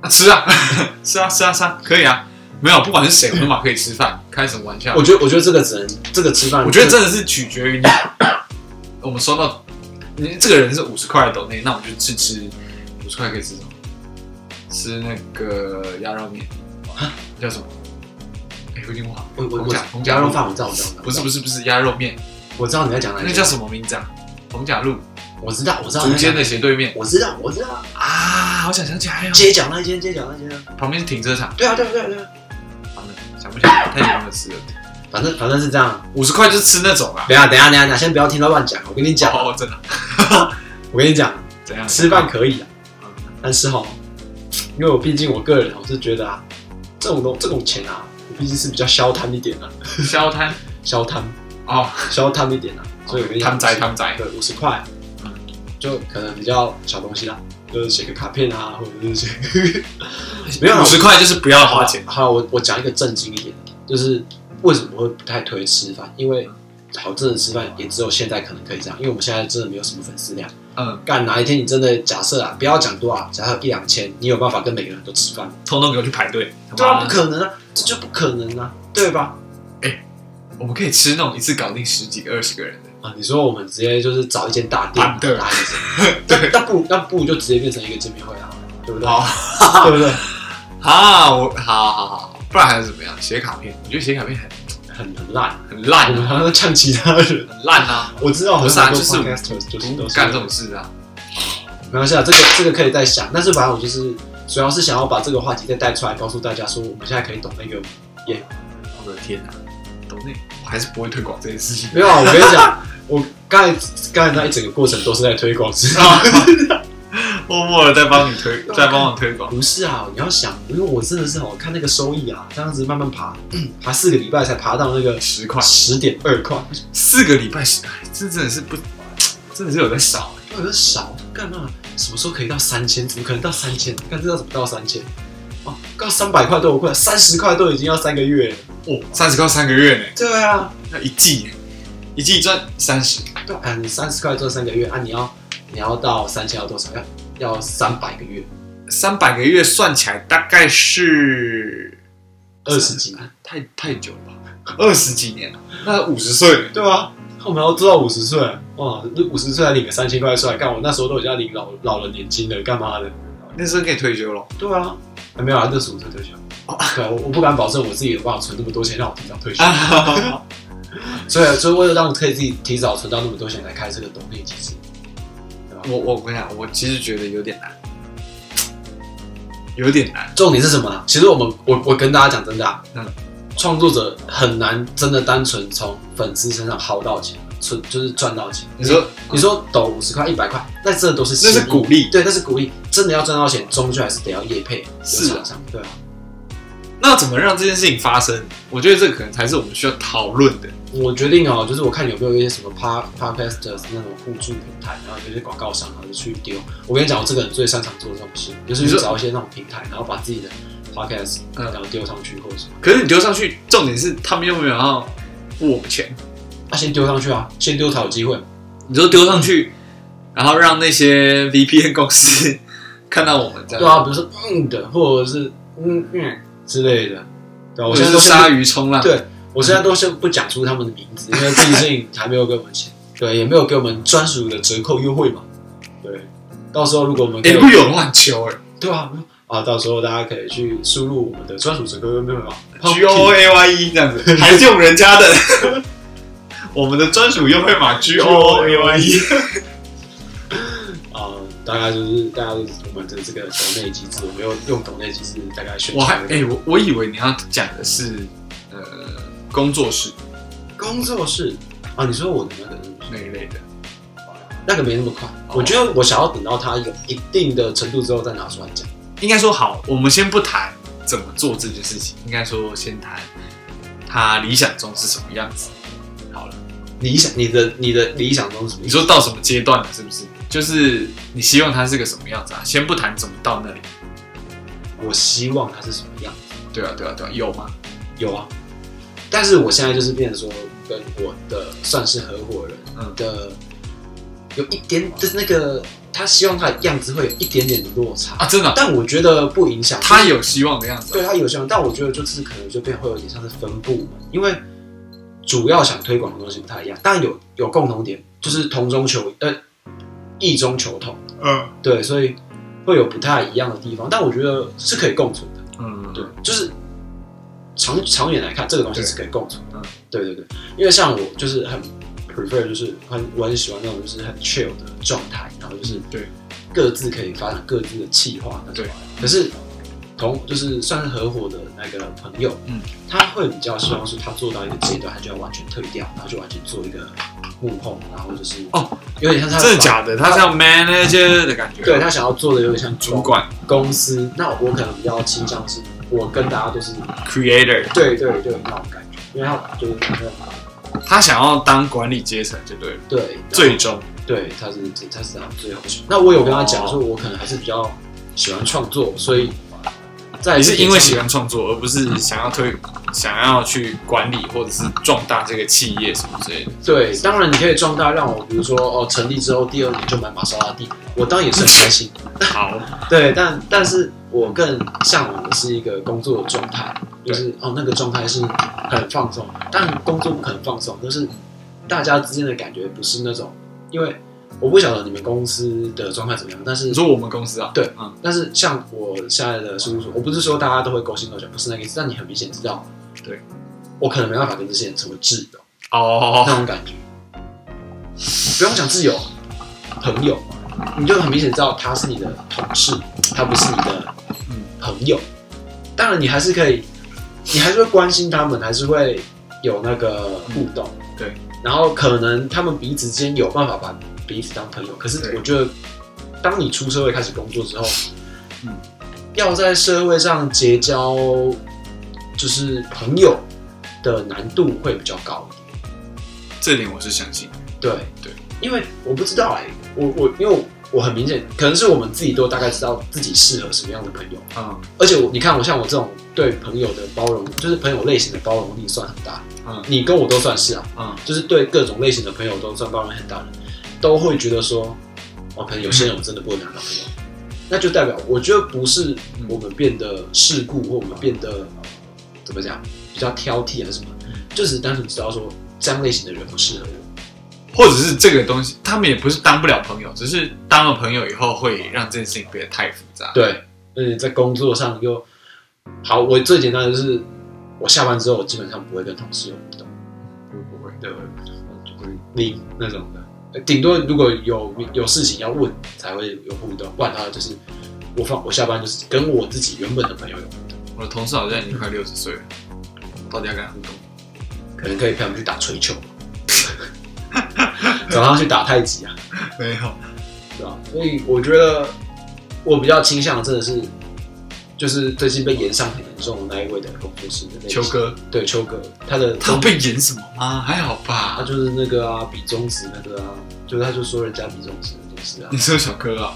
Speaker 1: 啊吃啊， 吃啊，吃啊，吃啊，可以啊。没有，不管是谁，我们都嘛可以吃饭，开什么玩笑
Speaker 2: 我？觉得我觉得这个只能这个吃饭，
Speaker 1: 我觉得真的是取决于你。我们收到，你这个人是五十块的抖内，那我们就去吃五十块可以吃什么？吃那个鸭肉面，啊叫什么？哎，我已经忘了。
Speaker 2: 我我
Speaker 1: 红甲
Speaker 2: 我
Speaker 1: 红
Speaker 2: 鸭
Speaker 1: 甲
Speaker 2: 肉
Speaker 1: 路
Speaker 2: 饭我知道我知道我知道，
Speaker 1: 不是不是不是鸭肉面，
Speaker 2: 我知道你在讲哪一
Speaker 1: 那
Speaker 2: 个
Speaker 1: 叫什么名字啊？红甲路
Speaker 2: 我知道我知道
Speaker 1: 竹间的
Speaker 2: 你在
Speaker 1: 斜对面
Speaker 2: 讲我知道我知道
Speaker 1: 啊，好想想起来哦。
Speaker 2: 街角那一间街角那一间啊，
Speaker 1: 旁边是停车场，
Speaker 2: 对啊对啊对啊对啊，
Speaker 1: 完了想不起来，太久没有吃了。
Speaker 2: 反正反正是这样。
Speaker 1: 五十块就是吃那种啊。
Speaker 2: 等一下等一下等一下等一下，先不要听他乱讲，我跟你讲，
Speaker 1: 哦，真的？
Speaker 2: 我跟你讲，
Speaker 1: 怎样？
Speaker 2: 吃饭可以啊，
Speaker 1: 嗯
Speaker 2: 但是哈，因为我毕竟我个人我是觉得啊，这种东这种钱啊，我毕竟是比较消贪一点啊，
Speaker 1: 消摊
Speaker 2: 消贪
Speaker 1: 哦，
Speaker 2: 消贪一点啊，所以我跟你讲
Speaker 1: 摊仔摊仔。
Speaker 2: 对五十块
Speaker 1: 嗯，
Speaker 2: 就可能比较小东西啦，就是写个卡片啊，或者是写 没有啊
Speaker 1: 五十块就是不要花钱。
Speaker 2: 好，我我讲一个正经一点的，就是为什么会不太推吃饭，因为好真的吃饭也只有现在可能可以这样，因为我们现在真的没有什么粉丝量。
Speaker 1: 嗯，
Speaker 2: 干哪一天你真的假设啊，不要讲多啊，假设一两千，你有办法跟每个人都吃饭吗？
Speaker 1: 通通给我去排队。
Speaker 2: 对
Speaker 1: 他
Speaker 2: 啊，
Speaker 1: 妈
Speaker 2: 不
Speaker 1: 的
Speaker 2: 可能啊，这就不可能啊，对吧？
Speaker 1: 我们可以吃那种一次搞定十几个、二十个人的。
Speaker 2: 啊，你说我们直接就是找一间大店
Speaker 1: 啊对
Speaker 2: 打一针， 那那不如那不如就直接变成一个见面会啊，对不对？
Speaker 1: 好，
Speaker 2: 对 不对？
Speaker 1: 好，我好好好，不然还是怎么样？写卡片，我觉得写卡片很
Speaker 2: 很很烂，
Speaker 1: 很烂
Speaker 2: 我们
Speaker 1: 啊，
Speaker 2: 好像在呛其他人。
Speaker 1: 很烂啊，
Speaker 2: 我知道很
Speaker 1: 不是啊
Speaker 2: 多
Speaker 1: 就是
Speaker 2: podcasters 就是
Speaker 1: 不
Speaker 2: 都是
Speaker 1: 干这种事啊。
Speaker 2: 没关系啊，这个这个可以再想，但是反正我就是主要是想要把这个话题再带出来，告诉大家说我们现在可以懂那个。
Speaker 1: 我的天哪，懂内我还是不会推广这件事情。
Speaker 2: 没有啊，我跟你讲，我刚才刚才那一整个过程都是在推广，知道吗？
Speaker 1: 默默的在帮你 推，在帮我推广。
Speaker 2: 不是啊，你要想，因为我真的是哦，看那个收益啊，这样子慢慢爬，爬四个礼拜才爬到那个
Speaker 1: 十块，
Speaker 2: 十点二块，
Speaker 1: 四个礼拜十，哎这真的是不，真的是有在少。哎
Speaker 2: 我觉得少干嘛？什么时候可以到三千？怎么可能到三千？看这要怎么到三千？哦，到三百块都有困，三十块都已经要三个月了。
Speaker 1: 哦，三十块三个月呢，
Speaker 2: 对啊，
Speaker 1: 那一季呢，一季赚三十，
Speaker 2: 对啊，你三十块赚三个月啊，你要你要到三千要多少？要要三百个月，
Speaker 1: 三百个月算起来大概是
Speaker 2: 二十几年。
Speaker 1: 太太久了吧，二十几年了，啊那五十岁了
Speaker 2: 对啊，我们要做到五十岁，哇，那五十岁还领个三千块出来干？我那时候都已经要领老老人年金了，干嘛的？
Speaker 1: 那时候可以退休了。
Speaker 2: 对啊，还没有啊，二十五岁退休。
Speaker 1: 哦
Speaker 2: 对啊，我我不敢保证我自己有办法存那么多钱让我提早退休。
Speaker 1: 啊，
Speaker 2: 所以，所以为了让我可以自己提早存到那么多钱来开这个抖内机制，
Speaker 1: 我我跟你讲，我其实觉得有点难，有点难。
Speaker 2: 重点是什么啊呢？其实我们，我我跟大家讲真的、啊，
Speaker 1: 嗯
Speaker 2: 创作者很难真的单纯从粉丝身上薅到钱，存就是赚到钱。
Speaker 1: 你说
Speaker 2: 你说抖五十块、一百块，那这都是
Speaker 1: 那是
Speaker 2: 心意
Speaker 1: 鼓励，
Speaker 2: 对，那是鼓励。真的要赚到钱，终究还是得要业配有
Speaker 1: 是啊
Speaker 2: 厂商，对啊，
Speaker 1: 那怎么让这件事情发生？我觉得这可能才是我们需要讨论的。
Speaker 2: 我决定哦，就是我看有没有一些什么 pa podcasters 那种互助平台，然后有一些广告商，然后就去丢。我跟你讲，我这个人最擅长做这种事，就是
Speaker 1: 你
Speaker 2: 去
Speaker 1: 说
Speaker 2: 找一些那种平台，然后把自己的 podcast
Speaker 1: 嗯
Speaker 2: 然后丢上去，或者什么，
Speaker 1: 可是你丢上去，重点是他们又没有要付我们钱。
Speaker 2: 啊，先丢上去啊，先丢才有机会嘛。
Speaker 1: 你说丢上去，然后让那些 VPN 公司 看到我们这样，
Speaker 2: 对啊，比如说嗯的，或者是嗯嗯之类的。对啊，我
Speaker 1: 我
Speaker 2: 现
Speaker 1: 现
Speaker 2: 在都
Speaker 1: 在都
Speaker 2: 先
Speaker 1: 鲨鱼冲 浪，
Speaker 2: 对我现在都先不讲出他们的名字，因为毕竟还没有给我们钱，对，也没有给我们专属的折扣优惠嘛。对，到时候如果我们
Speaker 1: 也
Speaker 2: 有
Speaker 1: 哎不有乱求哎
Speaker 2: 对啊，啊，到时候大家可以去输入我们的专属折扣优惠码
Speaker 1: 哎，G O A Y E 这样子，还是用人家的， 我们的专属优惠码 G O A Y E。
Speaker 2: 啊，大概就是大概就是我们的这个抖内机制，我们用用抖内机制大概选。
Speaker 1: 我还哎、我我以为你要讲的是呃工作室
Speaker 2: 工作室啊，你说我的那个
Speaker 1: 那一类的，
Speaker 2: 那个没那么快，
Speaker 1: 哦
Speaker 2: 我觉得我想要等到它有一定的程度之后再拿出来讲。
Speaker 1: 应该说好，我们先不谈怎么做这件事情，应该说先谈他理想中是什么样子。好了，
Speaker 2: 理想，你的你的理想中是什么？
Speaker 1: 你说到什么阶段了，是不是？就是你希望他是个什么样子啊？先不谈怎么到那里，
Speaker 2: 我希望它是什么样？
Speaker 1: 对啊，对啊，对啊，有吗？
Speaker 2: 有啊，但是我现在就是变成说，跟我的算是合伙人
Speaker 1: 嗯
Speaker 2: 的、有一点，就是那个他希望他的样子会有一点点的落差，
Speaker 1: 啊，真的啊、
Speaker 2: 但我觉得不影响
Speaker 1: 他，有希望的样子
Speaker 2: 对
Speaker 1: 啊、
Speaker 2: 他有想，但我觉得就是可能就变会有点像是分部门，因为主要想推广的东西不太一样，但有有共同点，就是同中求呃异中求同，
Speaker 1: 嗯
Speaker 2: 对，所以会有不太一样的地方，但我觉得是可以共存的。
Speaker 1: 嗯，
Speaker 2: 对，就是长长远来看，这个东西
Speaker 1: 对
Speaker 2: 是可以共存的
Speaker 1: 嗯。
Speaker 2: 对对对，因为像我就是很 prefer，就是很我很喜欢那种就是很 chill 的状态，然后就是
Speaker 1: 对
Speaker 2: 各自可以发展各自的计划那种啊
Speaker 1: 对。
Speaker 2: 可是同就是算是合伙的那个朋友，
Speaker 1: 嗯，
Speaker 2: 他会比较希望是他做到一个阶段，他就要完全退掉，然后就完全做一个幕后，然后就是
Speaker 1: 哦，
Speaker 2: 有点像他
Speaker 1: 真的假的？他是要 manager 的感觉，
Speaker 2: 对他想要做的有点像
Speaker 1: 主管
Speaker 2: 公司，那我可能比较倾向是，我跟大家都是
Speaker 1: creator，
Speaker 2: 对对对，那种感觉，因为他就是那种
Speaker 1: 他想要当管理阶层就对了，
Speaker 2: 对
Speaker 1: 最终。
Speaker 2: 对，他是他是他最后选。那我有跟他讲说，我可能还是比较喜欢创作，所以在
Speaker 1: 你是因为喜
Speaker 2: 欢
Speaker 1: 欢创作，而不是想要推、想要去管理或者是壮大这个企业什么之类的。
Speaker 2: 对，当然你可以壮大，让我比如说哦，成立之后第二年就买玛莎拉蒂，我当然也是很开心。
Speaker 1: 好，
Speaker 2: 对，但但是我更向往的是一个工作的状态，就是哦，那个状态是很放松，但工作不可能放松，就是大家之间的感觉不是那种，因为我不晓得你们公司的状态怎么样，但是
Speaker 1: 你说我们公司啊，
Speaker 2: 对
Speaker 1: 嗯，
Speaker 2: 但是像我现在的事务所，我不是说大家都会勾心斗角，不是那个意思，但你很明显知道，
Speaker 1: 对
Speaker 2: 我可能没办法跟这些人成为挚友，
Speaker 1: 哦，
Speaker 2: 那种感觉。不用讲挚友，朋友，你就很明显知道他是你的同事，他不是你的
Speaker 1: 嗯
Speaker 2: 朋友。当然，你还是可以，你还是会关心他们，还是会有那个互动。
Speaker 1: 对，
Speaker 2: 然后可能他们彼此之间有办法把彼此当朋友，可是
Speaker 1: 对
Speaker 2: 我觉得当你出社会开始工作之后，
Speaker 1: 嗯
Speaker 2: 要在社会上结交就是朋友的难度会比较高一点。
Speaker 1: 这点我是相信。
Speaker 2: 对
Speaker 1: 对，
Speaker 2: 因为我不知道哎、我我因为我很明显，可能是我们自己都大概知道自己适合什么样的朋友，
Speaker 1: 嗯
Speaker 2: 而且我你看我像我这种对朋友的包容，就是朋友类型的包容力算很大，
Speaker 1: 嗯
Speaker 2: 你跟我都算是啊，
Speaker 1: 嗯，
Speaker 2: 就是对各种类型的朋友都算包容很大的，都会觉得说，哦，可能有些人我真的不能拿到朋友，那就代表我觉得不是我们变得世故或我们变得呃怎么讲比较挑剔还是什么
Speaker 1: 嗯，
Speaker 2: 就只是单纯知道说这样类型的人不适合我。
Speaker 1: 或者是这个东西，他们也不是当不了朋友，只是当了朋友以后会让这件事情变得太复杂。
Speaker 2: 对，而且在工作上又好，我最简单的就是我下班之后我基本上不会跟同事有互动，
Speaker 1: 不会，
Speaker 2: 对，我零那种的，呃顶多如果有有事情要问才会有互动，不然的话就是我放我下班就是跟我自己原本的朋友有互动，
Speaker 1: 我的同事好像已经快六十岁了，我到底要跟他互动？
Speaker 2: 可能可以陪我们去打锤球， 早上去打太极啊，
Speaker 1: 没有，
Speaker 2: 对吧？所以我觉得我比较倾向的真的是。就是最近被延上很严重的那一位的工作室的类型
Speaker 1: 球哥，
Speaker 2: 对秋哥，他的
Speaker 1: 他有被演什么吗？还好
Speaker 2: 他
Speaker 1: 吧。
Speaker 2: 就是那个啊，比中指那个啊，就是他就说人家比中指那件事啊
Speaker 1: 你，说小哥啊，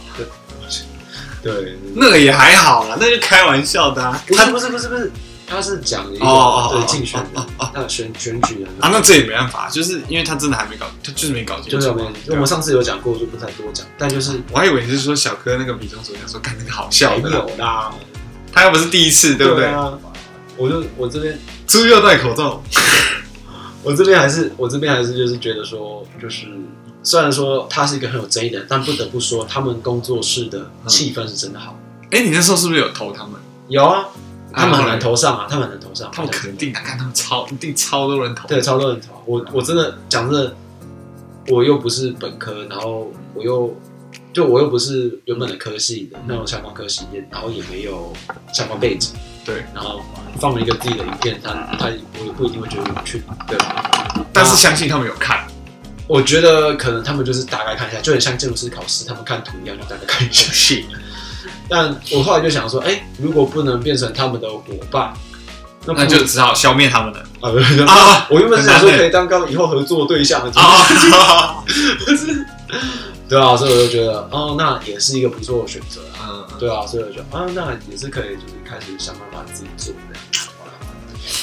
Speaker 2: 对，
Speaker 1: 那个也还好啦，那就开玩笑的、啊。他
Speaker 2: 他不是不是不是，他是讲一个
Speaker 1: 哦哦哦
Speaker 2: 对
Speaker 1: 哦
Speaker 2: 竞选的，那选选举的
Speaker 1: 啊，那这也没办法，就是因为他真的还没搞，他就是没搞清楚。
Speaker 2: 就是我们
Speaker 1: 对
Speaker 2: 我
Speaker 1: 啊
Speaker 2: 们上次有讲过，就不太多讲，但就是
Speaker 1: 我还以为你是说小哥那个比中指，我想说看那个好笑
Speaker 2: 没
Speaker 1: 的啦，
Speaker 2: 有啦，
Speaker 1: 他又不是第一次，对不对？
Speaker 2: 啊？我就我这边
Speaker 1: 猪又戴口罩，
Speaker 2: 我这边还是我这边还是就是觉得说，就是虽然说他是一个很有争议的人，但不得不说他们工作室的
Speaker 1: 嗯
Speaker 2: 气氛是真的好。
Speaker 1: 哎、你那时候是不是有投他们？
Speaker 2: 有啊，他们很
Speaker 1: 啊
Speaker 2: 难投上啊，他们很难投上，
Speaker 1: 他们肯定，看他们超一定超多人投。
Speaker 2: 对，超多人投。啊我我真的讲真的，我又不是本科，然后我又就我又不是原本的科系的那种相关科系，也然后也没有相关背景，
Speaker 1: 对，
Speaker 2: 然后放了一个自己的影片，他他我也不一定会觉得有趣，对。
Speaker 1: 但是相信他们有看，
Speaker 2: 我觉得可能他们就是大概看一下，就很像建筑师考试，他们看图一样，就大概看一下。
Speaker 1: 是
Speaker 2: 但我后来就想说，哎、如果不能变成他们的伙伴，那不
Speaker 1: 那就只好消灭他们了
Speaker 2: 啊，对对对
Speaker 1: 啊
Speaker 2: 我原本是想
Speaker 1: 很
Speaker 2: 说
Speaker 1: 难欸
Speaker 2: 可以当刚以后合作对象的，
Speaker 1: 啊！
Speaker 2: 对啊，所以我就觉得，哦，那也是一个不错的选择啊。
Speaker 1: 嗯，
Speaker 2: 对啊，所以我觉得，啊，那也是可以，就是开始想办法自己做这样。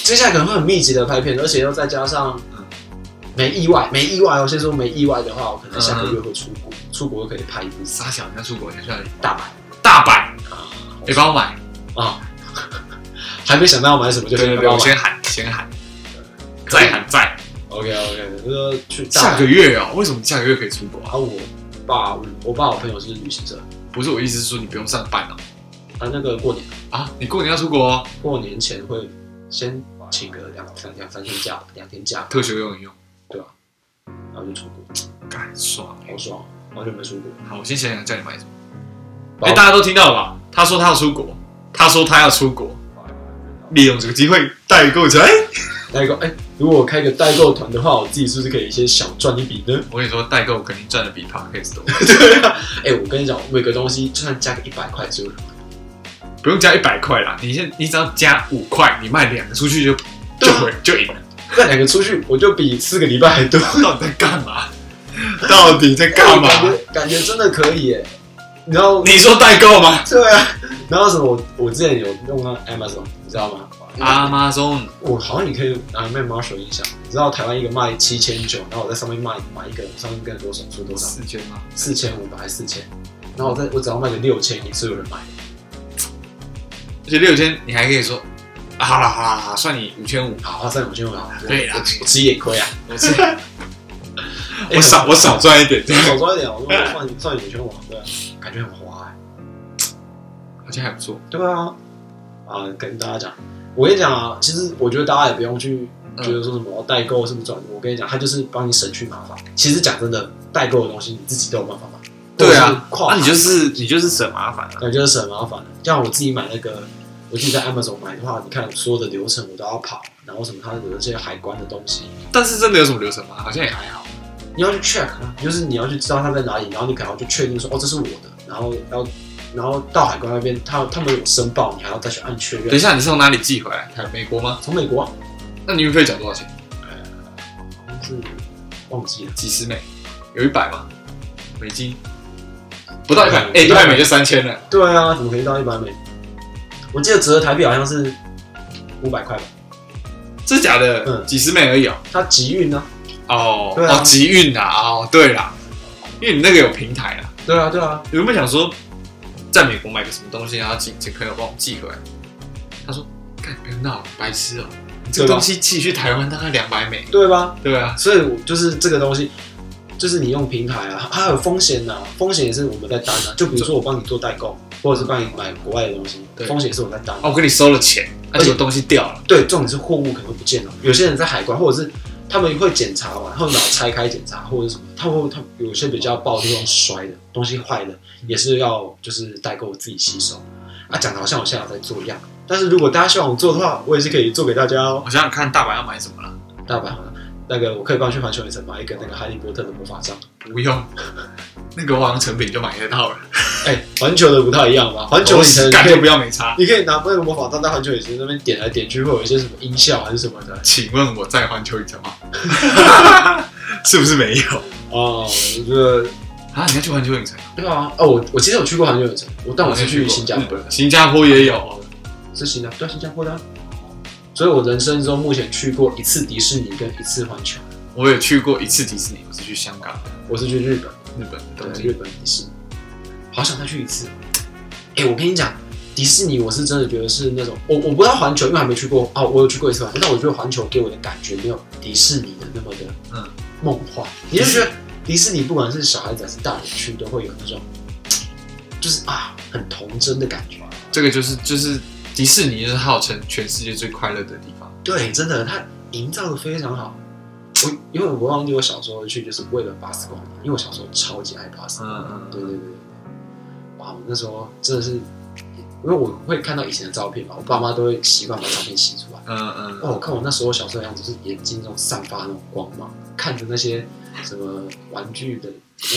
Speaker 2: 接下来可能会很密集的拍片，而且又再加上
Speaker 1: 嗯
Speaker 2: 没意外，没意外哦。先说没意外的话，我可能下个月会出国，
Speaker 1: 嗯
Speaker 2: 出国又可以拍一部
Speaker 1: 傻小，你要出国，你要去哪里？
Speaker 2: 大版
Speaker 1: 大阪，
Speaker 2: 啊
Speaker 1: 你帮我买。
Speaker 2: 啊，还没想到要买什么就
Speaker 1: 对对
Speaker 2: 先
Speaker 1: 对，
Speaker 2: 帮我
Speaker 1: 我
Speaker 2: 买。
Speaker 1: 先喊，先喊，再喊再。
Speaker 2: OK OK，就说去大
Speaker 1: 下
Speaker 2: 阪
Speaker 1: 个月哦，为什么下个月可以出国啊？
Speaker 2: 啊，我爸我我爸我朋友是旅行社，
Speaker 1: 不是我意思是说你不用上班哦。
Speaker 2: 他那个过年
Speaker 1: 啊，你过年要出国哦，
Speaker 2: 过年前会先请个两两两三天假，两天假，
Speaker 1: 特休用一用，
Speaker 2: 然后就出国，
Speaker 1: 干爽欸
Speaker 2: 好爽，好久没出国。
Speaker 1: 好，我先想想叫你买什么。
Speaker 2: 好
Speaker 1: 哎、大家都听到了吧？他说他要出国，他说他要出国，利用这个机会代购起来。
Speaker 2: 代购，哎、如果我开个代购团的话，我自己是不是可以先小赚一笔呢？
Speaker 1: 我跟你说，代购肯定赚的比 podcast 多，
Speaker 2: 哎、我跟你讲，每个东西就算加个一百块就
Speaker 1: 不用加一百块啦，你先你只要加五块，你卖两个出去就
Speaker 2: 对
Speaker 1: 就
Speaker 2: 啊
Speaker 1: 回就赢了。
Speaker 2: 那两个出去，我就比四个礼拜还多。
Speaker 1: 到底在干嘛？到底在干嘛？
Speaker 2: 感觉感觉真的可以耶、你知道？
Speaker 1: 你说代购吗
Speaker 2: 对啊。然后什么？我我之前有用到 Amazon，你知道吗？
Speaker 1: 啊？Amazon
Speaker 2: 我好像也可以拿来卖 Marshall 音响。你知道台湾一个卖七千九，然后我在上面卖买一个，上面跟多少出多少？
Speaker 1: 四千吗？
Speaker 2: 四千五百还四千，然后我再我只要卖个六千，也是有人买的。
Speaker 1: 而且六千，你还可以说，啊、好了好了好啦，算你五千五，
Speaker 2: 好，三五千五好，我
Speaker 1: 对啦
Speaker 2: 我我吃也亏啊。
Speaker 1: 我是 我少我少赚一点，这样
Speaker 2: 少赚一点，啊我说算 你算你五千五，对啊，感觉很划哎。
Speaker 1: 好像还不错。
Speaker 2: 对啊，啊，跟大家讲，我跟你讲啊，其实我觉得大家也不用去
Speaker 1: 嗯
Speaker 2: 觉得说什么哦代购是不是赚，我跟你讲，他就是帮你省去麻烦。其实讲真的，代购的东西你自己都有办法买。
Speaker 1: 对啊，
Speaker 2: 或者跨行
Speaker 1: 是你就是省麻烦啊了。
Speaker 2: 感觉是很麻烦的。像我自己买那个，我自己在 Amazon 买的话，你看所有的流程我都要跑，然后什么它有一些海关的东西，
Speaker 1: 但是真的有什么流程吗？好像也还好。
Speaker 2: 你要去 check，啊就是你要去知道它在哪里，然后你可能要去确定说，哦，这是我的，然后要然后到海关那边，他他们有申报，你还要再去按确
Speaker 1: 等一
Speaker 2: 认。
Speaker 1: 下，你是从哪里寄回来？台美国吗？
Speaker 2: 从美国、啊，
Speaker 1: 那你运费缴多少钱？
Speaker 2: 是忘记了，
Speaker 1: 几十美？有一百吗？美金？不到一百，
Speaker 2: 不到
Speaker 1: 哎，一百美就三千了。
Speaker 2: 对啊，怎么可以到一百美？我记得折合台币好像是五百块吧。
Speaker 1: 真假的？
Speaker 2: 嗯
Speaker 1: 几十美而已哦。
Speaker 2: 它集运呢、
Speaker 1: 哦，
Speaker 2: 对啊
Speaker 1: 哦，集运啊，哦，对啦，因为你那个有平台啦。
Speaker 2: 对啊，对啊，
Speaker 1: 原本想说，在美国买个什么东西，然后请请朋友帮我寄回来。他说：“干，不要闹了，白痴哦、这
Speaker 2: 对
Speaker 1: 个
Speaker 2: 吧
Speaker 1: 东？西寄去台湾大概两百美，
Speaker 2: 对吧？
Speaker 1: 对啊，
Speaker 2: 所以我就是这个东西，就是你用平台啊，它有风险呐、风险也是我们在担啊。就比如说我帮你做代购，或者是帮你买国外的东西
Speaker 1: 对，
Speaker 2: 风险也是我在担、啊
Speaker 1: 哦，我给你收了钱，
Speaker 2: 而
Speaker 1: 那、结
Speaker 2: 且
Speaker 1: 果东西掉了，
Speaker 2: 对，重点是货物可能会不见了。有些人在海关，或者是他们会检查完，他们把它拆开检查，或者是什么，他们会他们有些比较暴力，用摔的东西坏的，也是要就是代购自己吸收。啊，讲的好像我现在有在做一样，但是如果大家希望我做的话，我也是可以做给大家哦。
Speaker 1: 我想想看大阪要买什么了。
Speaker 2: 大阪好了，那个我可以帮你去环球影城买一个那个哈利波特的魔法杖。
Speaker 1: 不用， 那个我好像成品就买得到了，
Speaker 2: 哎、环球的不太一样吧？环球影城你
Speaker 1: 干
Speaker 2: 可
Speaker 1: 就不
Speaker 2: 以
Speaker 1: 要没差。
Speaker 2: 你可以拿那个魔法杖在环球影城那边点来点去，会有一些什么音效还是什么的。
Speaker 1: 请问我在环球影城吗？ 是不是没有
Speaker 2: 哦，我觉得
Speaker 1: 啊？你要去环球影城？
Speaker 2: 对啊，哦，我我其实有去过环球影城，我但我是去新加坡，
Speaker 1: 日本嗯新加坡也有，哦
Speaker 2: 是新加对新加坡的啊、所以我人生中目前去过一次迪士尼跟一次环球，
Speaker 1: 我也去过一次迪士尼，我是去香港、
Speaker 2: 我是去日本，
Speaker 1: 日本、
Speaker 2: 对，
Speaker 1: 东京。
Speaker 2: 日本迪士尼，好想再去一次。哎、我跟你讲，迪士尼我是真的觉得是那种，我我不知道环球，因为还没去过哦，我有去过一次环球，但我觉得环球给我的感觉没有迪士尼的那么的
Speaker 1: 嗯
Speaker 2: 梦幻，你就觉得迪士尼不管是小孩子还是大人去，都会有那种就是啊很童真的感觉。
Speaker 1: 这个就是就是迪士尼是号称全世界最快乐的地方。
Speaker 2: 对，真的，它营造的非常好。我因为我忘记我小时候去就是为了巴斯光年，因为我小时候超级爱巴斯光
Speaker 1: 嗯嗯
Speaker 2: 年。对对对对，哇，我那时候真的是，因为我会看到以前的照片嘛，我爸妈都会习惯把照片洗出来。哦
Speaker 1: 嗯
Speaker 2: 哇，我看我那时候小时候的样子，就是眼睛那种散发那种光芒，看着那些什么玩具的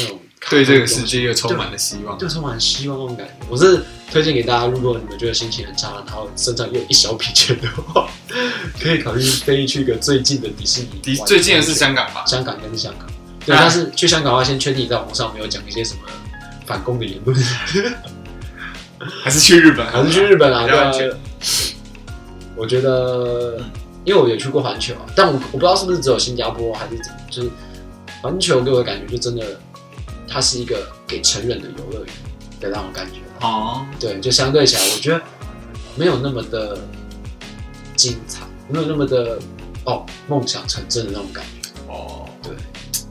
Speaker 2: 那种，
Speaker 1: 对这个世界又充满了希望。
Speaker 2: 就充满希望那种感觉。我是推荐给大家，如果你们觉得心情很差，然后身上又有一小笔钱的话， 可以考虑飞去一个最近的迪士尼玩。
Speaker 1: 迪最近的是香港吧？
Speaker 2: 香港，跟香港。对，
Speaker 1: 啊
Speaker 2: 但是去香港的话，先确定你在网上没有讲一些什么反攻的言 论，
Speaker 1: 还是去日本？
Speaker 2: 还是去日本啊？
Speaker 1: 比较安
Speaker 2: 对啊。我觉得，因为我也去过环球啊，但我我不知道是不是只有新加坡还是怎么，就是环球给我的感觉就真的，它是一个给成人的游乐园的那种感觉。
Speaker 1: 哦，
Speaker 2: 对，就相对起来，我觉得没有那么的精彩，没有那么的哦梦想成真的那种感觉。
Speaker 1: 哦，
Speaker 2: 对，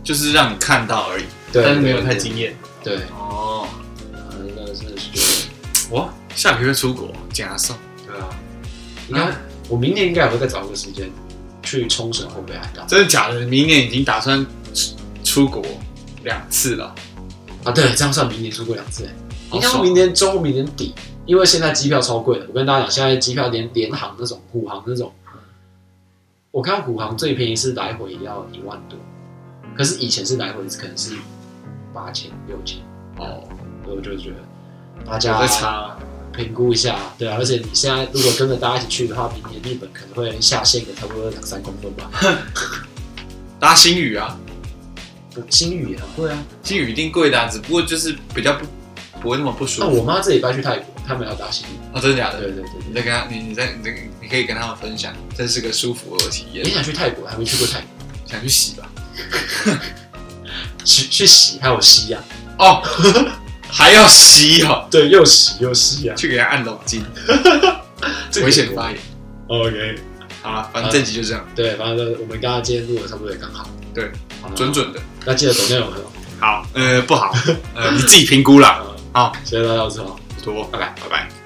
Speaker 1: 就是让你看到而已，
Speaker 2: 对，
Speaker 1: 但是没有
Speaker 2: 对
Speaker 1: 太。惊艳。
Speaker 2: 对，对
Speaker 1: 哦，
Speaker 2: 呃那个真的是觉
Speaker 1: 我下个月出国，加送。
Speaker 2: 得，对啊。你看，我明年应该也会再找个时间去冲绳或北海道
Speaker 1: 真的假的？明年已经打算出出国两次了，
Speaker 2: 啊。对，这样算明年出国两次欸，
Speaker 1: 好
Speaker 2: 应该
Speaker 1: 爽
Speaker 2: 明年中或明年底，因为现在机票超贵了。我跟大家讲，现在机票连联航那种、虎航那种，我看虎航最便宜是来回要一万多，可是以前是来回可能是八千、六千，
Speaker 1: 哦。
Speaker 2: 所以我就觉得大
Speaker 1: 我在
Speaker 2: 家
Speaker 1: 查，
Speaker 2: 评估一下，对啊。而且你现在如果跟着大家一起去的话，明年日本可能会下线个差不多两三公分吧。
Speaker 1: 搭新宇啊，
Speaker 2: 新宇也很贵啊，
Speaker 1: 新宇一定贵的、啊，只不过就是比较不不会那么不舒
Speaker 2: 那
Speaker 1: 服。
Speaker 2: 啊我妈这礼拜去泰国，他们要打新宇，
Speaker 1: 哦，真的假的？
Speaker 2: 对对对
Speaker 1: 你
Speaker 2: 对。
Speaker 1: 再跟他，你你再你再你可以跟他们分享，这是个舒服的体
Speaker 2: 你
Speaker 1: 验。
Speaker 2: 想去泰国，还没去过泰国，
Speaker 1: 想去洗吧？
Speaker 2: 去去洗还有吸呀、
Speaker 1: 哦， 还要洗哦，
Speaker 2: 对，又洗又吸呀、
Speaker 1: 去给他按冷筋，
Speaker 2: 这个哦
Speaker 1: 危险发言。
Speaker 2: OK，
Speaker 1: 好了，反正这集就这样，
Speaker 2: 对，反正我们刚刚今天录的差不多也刚好，
Speaker 1: 对，
Speaker 2: 好啦
Speaker 1: 准，准的。
Speaker 2: 那记得抖内容哦，
Speaker 1: 好，呃，不好，呃，你自己评估啦。
Speaker 2: 好
Speaker 1: 好，
Speaker 2: 谢谢大家支持哦。
Speaker 1: 多，拜拜，拜拜。